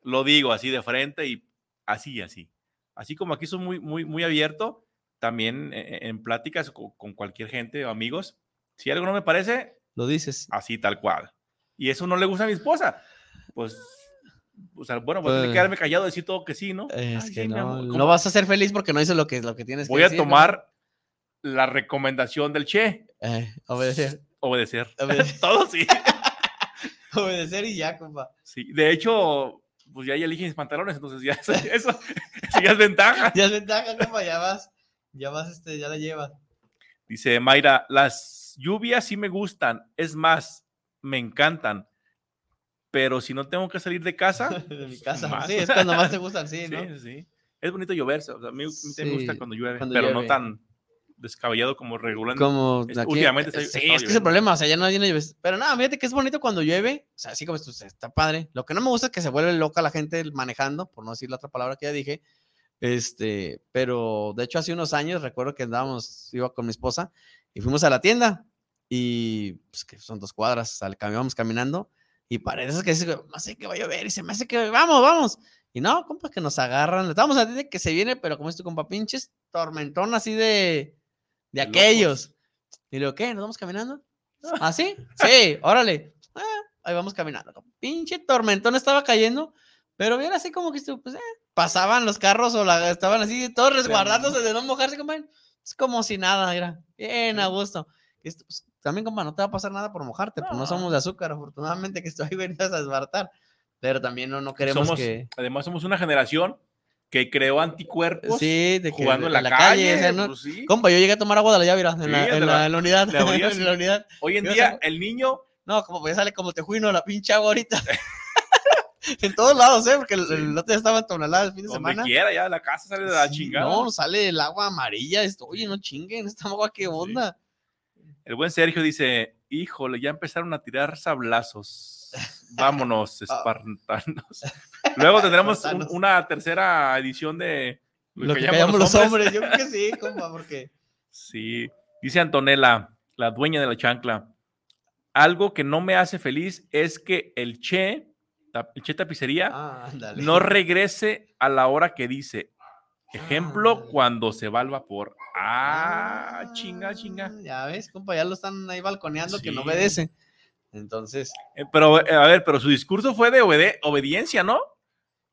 lo digo así de frente y así, así. Así como aquí soy muy, muy, muy abierto, también eh, en pláticas co- con, cualquier gente o amigos, si algo no me parece,
lo dices.
Así, tal cual. Y eso no le gusta a mi esposa. Pues, o sea, bueno, voy a tener
Eh.
que quedarme callado y decir todo que sí, ¿no?
Es
Ay,
que
sí, mi
no,
amor,
no
¿cómo?
vas a ser feliz porque no hizo lo que, lo que tienes
Voy
que
a
decir, ¿no?
tomar la recomendación del Che.
Eh, obedecer.
Obedecer.
Obede-
todo sí.
Obedecer y ya, compa.
Sí, de hecho, pues ya, ya elige mis pantalones, entonces ya eso, eso, eso ya es ventaja.
Ya es ventaja, compa, ya vas. Ya vas, este, ya la llevas.
Dice Mayra, las lluvias sí me gustan, es más, me encantan, pero si no tengo que salir de casa,
De mi casa. Sí, es cuando más te gustan, sí, ¿no?
Pues Sí, sí. Es bonito llover, o sea, a mí, a mí también me gusta
Sí,
cuando llueve,
cuando
pero
llueve.
no tan descabellado como regularmente.
Como
Es-
aquí- eh,
últimamente se ha- ha
sí, es
estado
que es el problema, o sea, ya no viene llueve. Pero nada, fíjate que es bonito cuando llueve, o sea, así como esto, o sea, está padre. Lo que no me gusta es que se vuelve loca la gente manejando, por no decir la otra palabra que ya dije. Este, pero de hecho hace unos años recuerdo que andábamos, iba con mi esposa y fuimos a la tienda y pues que son dos cuadras, o sea, le cam- íbamos caminando y parece que dice, no sé que va a llover y se me hace que vamos, vamos. Y no, compa, que nos agarran, estamos a la tienda que se viene, pero como es tu compa, pinches tormentón así de, de
locos.
aquellos. Y luego, ¿qué? ¿Nos vamos caminando? ¿Ah, sí? Sí, órale. Ah, ahí vamos caminando. Pinche tormentón estaba cayendo, pero bien así como que estuvo, pues, eh, pasaban los carros o la, estaban así, todos resguardándose de no mojarse, compadre. Es como si nada, era bien a gusto. Esto, pues, también, compadre, no te va a pasar nada por mojarte, pues no somos de azúcar, afortunadamente que estoy venidas a desbaratar. Pero también no, no queremos
Somos-
que.
Además, somos una generación que creó anticuerpos
Sí, de que
pues, jugando en la, calle.
o sea, no-
pues sí.
Compa, yo llegué a tomar agua de la llave, mira, en,
Sí,
la, en
de
la- en la unidad.
la orilla, sí.
en la unidad.
Hoy en
Yo
día,
saco-
el niño
No, como pues sale como tejuino la pinche agua ahorita. en todos lados, ¿eh? Porque el, el otro día estaba en tonelada el fin de
Donde
semana.
quiera, ya la casa sale de la
Sí,
chingada.
No, sale el agua amarilla. Esto, oye, no chinguen, esta agua, ¿qué onda?
El buen Sergio dice: Híjole, ya empezaron a tirar sablazos. Vámonos, espartanos. Luego tendremos un-
Ah. Espartanos.
una tercera edición de
Lo que callamos los hombres. Yo creo que sí, compa, porque.
Sí. Dice Antonella, la dueña de la chancla. Algo que no me hace feliz es que el Che, ta- el Che Tapicería,
Ah, ándale.
no regrese a la hora que dice. Ejemplo,
Ah.
cuando se va el vapor. Ah, chinga, chinga.
Ya ves, compa, ya lo están ahí balconeando que no
Sí.
obedece. Entonces.
Eh, Pero, eh, a ver, pero su discurso fue de obede- obediencia, ¿no?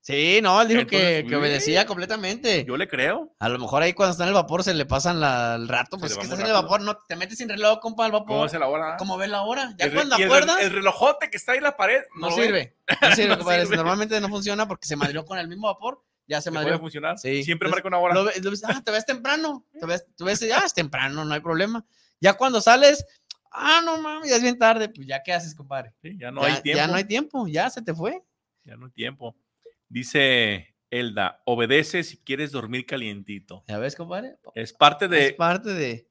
Sí, no, él dijo que,
Entonces,
que
sí.
obedecía completamente.
Yo le creo.
A lo mejor ahí cuando está en el vapor se le pasan la- el rato, pues
le
es que
va muy
estás en el
rápido.
vapor, no te metes sin reloj, compa, al vapor.
¿Cómo hace la hora?
¿Cómo ves la hora? Ya
El re-
cuando
y el re-
acuerdas.
El, relojote que está ahí en la pared
No,
lo
sirve. No sirve,
No
compadre.
sirve.
Normalmente no funciona porque se madrió con el mismo vapor. Ya se
ven. Puede
madrió.
funcionar.
Sí.
Siempre
Entonces,
marca una hora.
Lo ves- lo ves, ah, te ves temprano. Te ves, tú ves, ah, es temprano, no hay problema. Ya cuando sales, ah, no mames, ya es bien tarde. Pues ya, ¿qué haces, compadre?
Sí, ya no
ya,
hay tiempo.
Ya no hay tiempo, ya se te fue.
Ya no hay tiempo. Dice Elda, obedece si quieres dormir calientito.
Ya ves, compadre.
Es parte de,
Es parte de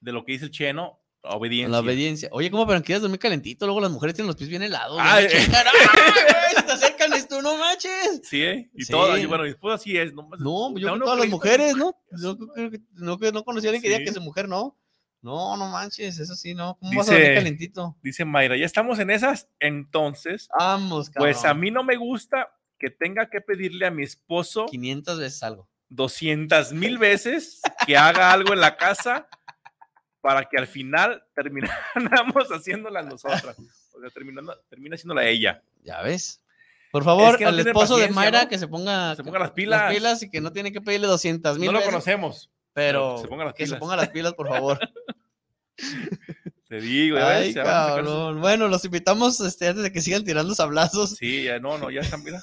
de lo que dice el cheno, la obediencia.
la obediencia. Oye, ¿cómo, pero quieres dormir calentito? Luego las mujeres tienen los pies bien helados.
Ah,
bien
eh.
chingados. ¡Ay, güey! Te acercan y tú no manches.
Sí, ¿eh? Y
Sí.
todo. y bueno, y pues así es. No,
No, yo
Da
creo
Pues,
que
uno
todas las
crédito.
mujeres, ¿no? No, creo que- no, que- no conocí a alguien que diga
Sí.
que su mujer no. No, no manches, eso sí, no. ¿Cómo vas a dormir
Dice,
calentito?
dice Mayra, ya estamos en esas. Entonces,
Vamos, Ah, cabrón.
pues a mí no me gusta que tenga que pedirle a mi esposo
500 veces algo.
200 mil veces que haga algo en la casa para que al final terminamos haciéndola nosotras. O sea, terminando, termina haciéndola ella.
Ya ves. Por favor,
Es que no
al
tiene
esposo de
paciencia,
Mayra
¿no?
que se ponga,
Se ponga las pilas.
y que no tiene que pedirle 200 mil
No lo
veces,
conocemos.
Pero
que se ponga las
que se
pilas.
ponga las pilas, por favor.
Te digo, ya ves,
Ay,
ya van a sacar sus-
cabrón. Bueno, los invitamos este, antes de que sigan tirando sablazos.
Sí, ya no, no, ya están, mira.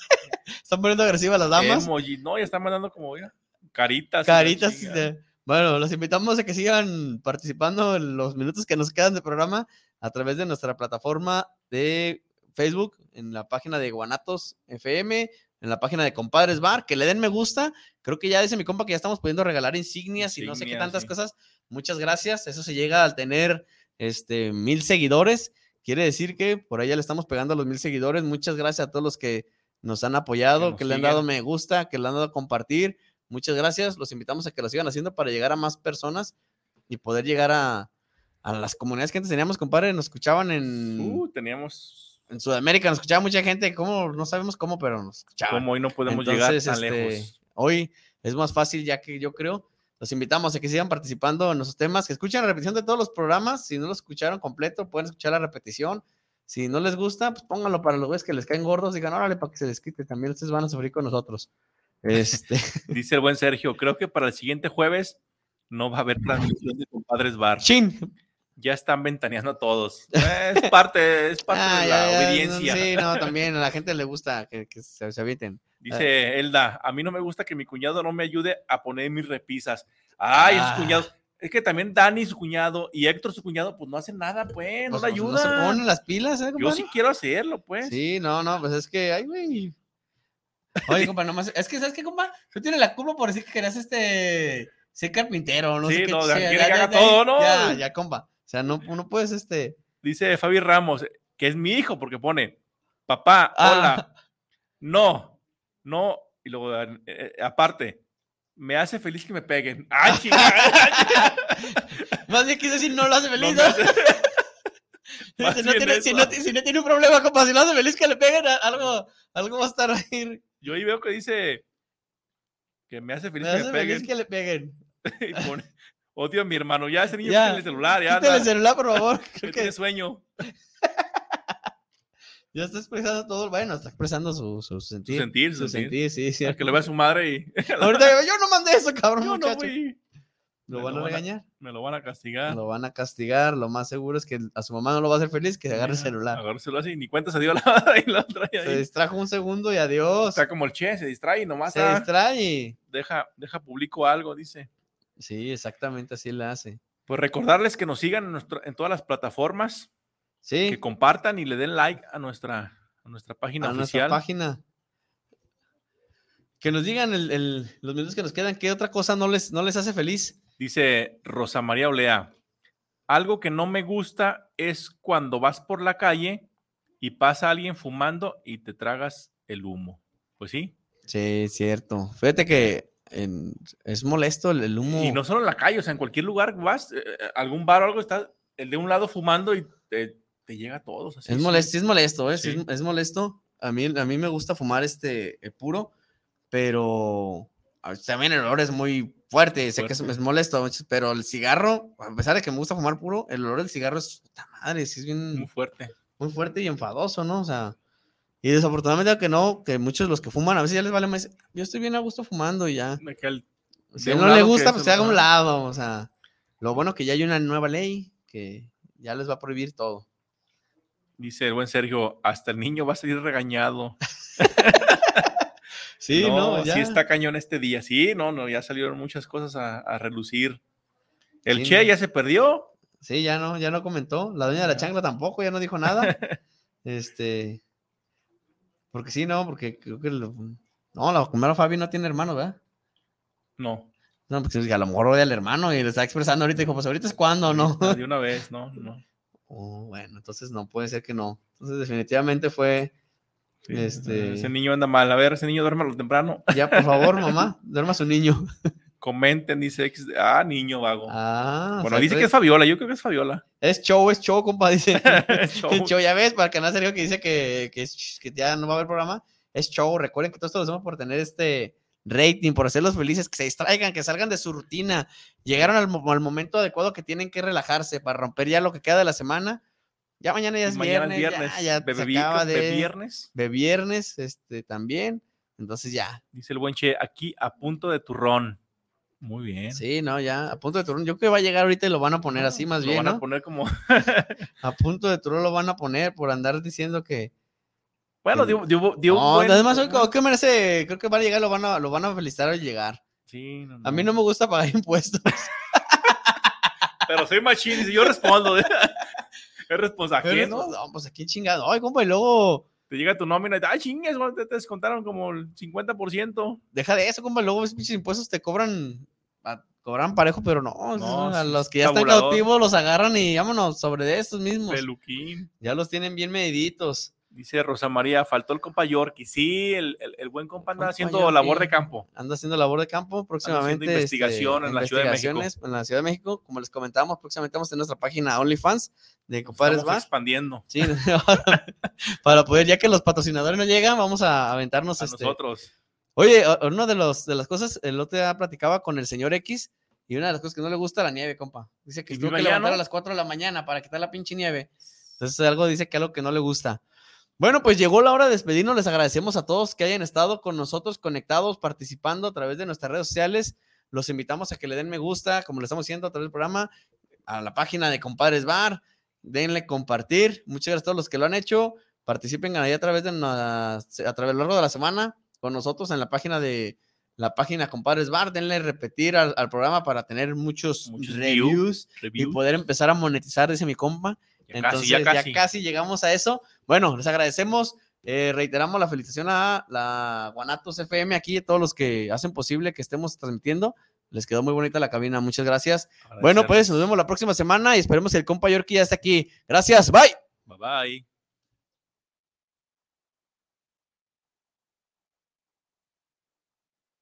Están poniendo agresivas las damas.
emoji, no, ya están mandando como, mira, caritas. y la
Caritas.
chingada.
de- Bueno, los invitamos a que sigan participando en los minutos que nos quedan de programa a través de nuestra plataforma de Facebook, en la página de Guanatos FM, en la página de Compadres Bar, que le den me gusta. Creo que ya dice mi compa que ya estamos pudiendo regalar insignias y no sé qué
Insignias,
tantas
sí.
cosas. Muchas gracias. Eso se llega al tener este mil seguidores. Quiere decir que por ahí ya le estamos pegando a los mil seguidores. Muchas gracias a todos los que nos han apoyado, que,
nos
le han
siguen.
dado me gusta, que le han dado compartir. Muchas gracias. Los invitamos a que lo sigan haciendo para llegar a más personas y poder llegar a, a las comunidades que antes teníamos, compadre. Nos escuchaban en,
Uh, teníamos
en Sudamérica, nos escuchaba mucha gente. ¿Cómo? No sabemos cómo, pero nos escuchaban.
como hoy no podemos llegar
Entonces,
tan
este,
lejos.
Hoy es más fácil, ya que yo creo Los invitamos a que sigan participando en nuestros temas, que escuchen la repetición de todos los programas. Si no los escucharon completo, pueden escuchar la repetición. Si no les gusta, pues pónganlo para los güeyes que les caen gordos. Digan, órale, para que se les quite. También ustedes van a sufrir con nosotros. Este.
Dice el buen Sergio, creo que para el siguiente jueves no va a haber transmisión de Compadres Bar.
Chin.
Ya están ventaneando a todos. Es parte, es parte
Ah,
de
ya,
la
ya, no,
obediencia.
sí, no, también a la gente le gusta que, que se, se avienten.
Dice Elda, a mí no me gusta que mi cuñado no me ayude a poner mis repisas. Ay,
Ah.
esos cuñados. Es que también Dani, su cuñado, y Héctor, su cuñado, pues no hacen nada, pues, no
Pues,
le
pues,
ayudan.
No se ponen las pilas, ¿eh,
Yo
compadre?
sí quiero hacerlo, pues.
Sí, no, no, pues es que, ay, güey. Oye, compa, nomás, es que, ¿sabes qué, compa? Tú tienes la culpa por decir que querías este, ser carpintero, no
Sí,
sé qué.
no,
sea,
quiere que haga todo, ¿no?
Ya, ya, compa. O sea, no, no puedes, este.
Dice Fabi Ramos, que es mi hijo, porque pone, papá,
Ah.
hola, no, no, y luego eh, eh, aparte, me hace feliz que me peguen. ¡Ay, chingada!
Más bien quise decir, no lo hace feliz,
No
¿no?
me hace- Más
si, no
bien
tiene, si
eso.
no ti- si no tiene un problema, compa, si lo hace feliz que le peguen a- algo, algo va a estar ahí.
Yo ahí veo que dice que me hace feliz
Me
que me
hace feliz
peguen.
que le peguen.
Y pone, odio a mi hermano, ya ese niño
Ya,
tiene el celular, ya
Quítale
anda,
el celular, por favor.
ya tiene sueño.
Ya está expresando todo, bueno, está expresando su, su sentir.
sentir, su
sentir, sí,
Para
cierto.
que lo vea su madre y
Ahorita yo no mandé eso, cabrón,
Yo no
muchacho.
fui.
Lo
Me
van a regañar.
me lo van a castigar.
Lo van a castigar, lo más seguro es que a su mamá no lo va a hacer feliz, que se agarre el celular.
Agarró el celular así, ni cuenta se dio la madre y la trae
Se
ahí.
distrajo un segundo y adiós.
Está como el che, se distrae y nomás
Se
ah,
distrae.
deja, deja publico algo, dice.
Sí, exactamente así le hace.
Pues recordarles que nos sigan en, nuestro- en todas las plataformas,
Sí,
que compartan y le den like a nuestra, a nuestra página
a nuestra
oficial.
página. Que nos digan el- el- los minutos que nos quedan, qué otra cosa no les, no les hace feliz.
Dice Rosa María Olea, algo que no me gusta es cuando vas por la calle y pasa alguien fumando y te tragas el humo. Pues sí,
Sí, es cierto. Fíjate que en- es molesto el, el humo.
Y no solo en la calle, o sea, en cualquier lugar vas, eh, eh, algún bar o algo, está el de un lado fumando y te, te llega a todos. así,
es
sí.
molesto, es molesto, ¿eh? Sí,
Sí.
Es, es molesto. A mí, a mí me gusta fumar este eh, puro, pero a veces también el olor es muy fuerte. Sé que es,
Fuerte.
es molesto, a veces, pero el cigarro, a pesar de que me gusta fumar puro, el olor del cigarro es puta madre, sí es bien
Muy fuerte.
muy fuerte y enfadoso, ¿no? O sea, y desafortunadamente que no, que muchos de los que fuman a veces ya les vale más. Yo estoy bien a gusto fumando y ya.
De que al-
Si
de
a él
un
no le
lado que
gusta,
se
pues
lo
se haga a un
traga.
lado. O sea, lo bueno que ya hay una nueva ley que ya les va a prohibir todo.
Dice el buen Sergio, hasta el niño va a salir regañado.
Sí, no, ya.
sí está cañón este día. Sí, no, no, ya salieron muchas cosas a, a relucir. El
Sí,
Che
no.
ya se perdió.
Sí, ya no, ya no comentó. La doña de la chancla tampoco, ya no dijo nada. Este. Porque sí, no, porque creo que. lo- no, la primera Fabi no tiene hermano, ¿verdad?
No,
No, porque a lo mejor odia al hermano y le está expresando ahorita. Dijo, pues ahorita es cuando, ¿no?
de una vez, no, no.
Oh, bueno, entonces no puede ser que no. Entonces, definitivamente fue.
Sí, Ah,
este.
Ese niño anda mal. A ver, ese niño duerma temprano.
Ya, por favor, mamá, duerma a su niño.
Comenten, dice X. Ah, niño vago.
Ah, o
bueno,
sea,
dice que es
entonces,
Fabiola. Yo creo que es Fabiola.
es show, es show, compa, dice.
Show.
Es show, ya ves, para el canal serio que dice que, que, es- que ya no va a haber programa, es show. Recuerden que todo esto lo hacemos por tener este rating, por hacerlos felices, que se distraigan, que salgan de su rutina. Llegaron al, mo- al momento adecuado que tienen que relajarse para romper ya lo que queda de la semana. Ya mañana ya es
Mañana es
viernes, ya, ya
Bebe
se
vi-
acaba
bebe
de
viernes,
de viernes, este también. Entonces ya,
dice el buen Che, aquí a punto de turrón. Muy bien. Ah,
sí, no, ya, a punto de turno. Yo creo que va a llegar ahorita y lo van a poner así más
Lo
bien,
van a
¿no?
poner como.
A punto de turno lo van a poner por andar diciendo que.
Bueno,
Sí.
dio, dio- dio un
no,
buen-
además, hoy como que merece, creo que van a llegar, lo van a, lo van a felicitar al llegar.
Sí,
A mí no me gusta pagar impuestos.
Pero soy machín, dice, yo respondo. ¿eh? es responsable.
Pero no, no, pues aquí chingado. Ay, compa, y luego,
Te llega tu nómina y te, ay, chingues, güey, te te descontaron como el 50%.
deja de eso, compa, y luego esos pinches impuestos te cobran, a- cobran parejo, pero no,
No,
a
sí,
los
sí,
que ya están
tabulador.
cautivos los agarran y vámonos sobre de estos mismos.
Peluquín.
Ya los tienen bien mediditos.
Dice Rosa María, faltó el compa York. Y sí, el, el- el buen compa anda
Compa
haciendo
Yorkie.
labor de campo.
anda haciendo labor de campo próximamente. este,
investigación en la Ciudad de México.
investigaciones En la Ciudad de México, como les comentábamos, próximamente vamos a tener nuestra página OnlyFans de Compadres
Estamos
Bar.
expandiendo
Sí, ahora, para poder, ya que los patrocinadores no llegan, vamos a aventarnos
a
este.
nosotros.
Oye, o- una de, los, de las cosas, el otro día platicaba con el señor X Y una de las cosas que no le gusta la nieve, compa. Dice que
¿Y
tuvo
vive
que
allá,
levantar
no?
a las 4 de la mañana para quitar la pinche nieve. Entonces algo dice que algo que no le gusta. Bueno, pues llegó la hora de despedirnos. Les agradecemos a todos que hayan estado con nosotros conectados, participando a través de nuestras redes sociales. Los invitamos a que le den me gusta, como le estamos haciendo a través del programa, a la página de Compadres Bar. Denle compartir. Muchas gracias a todos los que lo han hecho. Participen ahí a través de nas- a través a lo largo de la semana con nosotros en la página de la página Compadres Bar. Denle repetir al, al programa para tener muchos,
view-
reviews, y
reviews.
poder empezar a monetizar, dice mi compa.
Ya casi,
Entonces,
ya
ya
casi.
casi llegamos a eso. Bueno, les agradecemos. eh, reiteramos la felicitación a la Guanatos FM aquí, a todos los que hacen posible que estemos transmitiendo. Les quedó muy bonita la cabina. Muchas gracias. pues, Bueno, pues nos vemos la próxima semana y esperemos que el compa Yorkie ya esté aquí. Gracias. Bye.
Bye bye.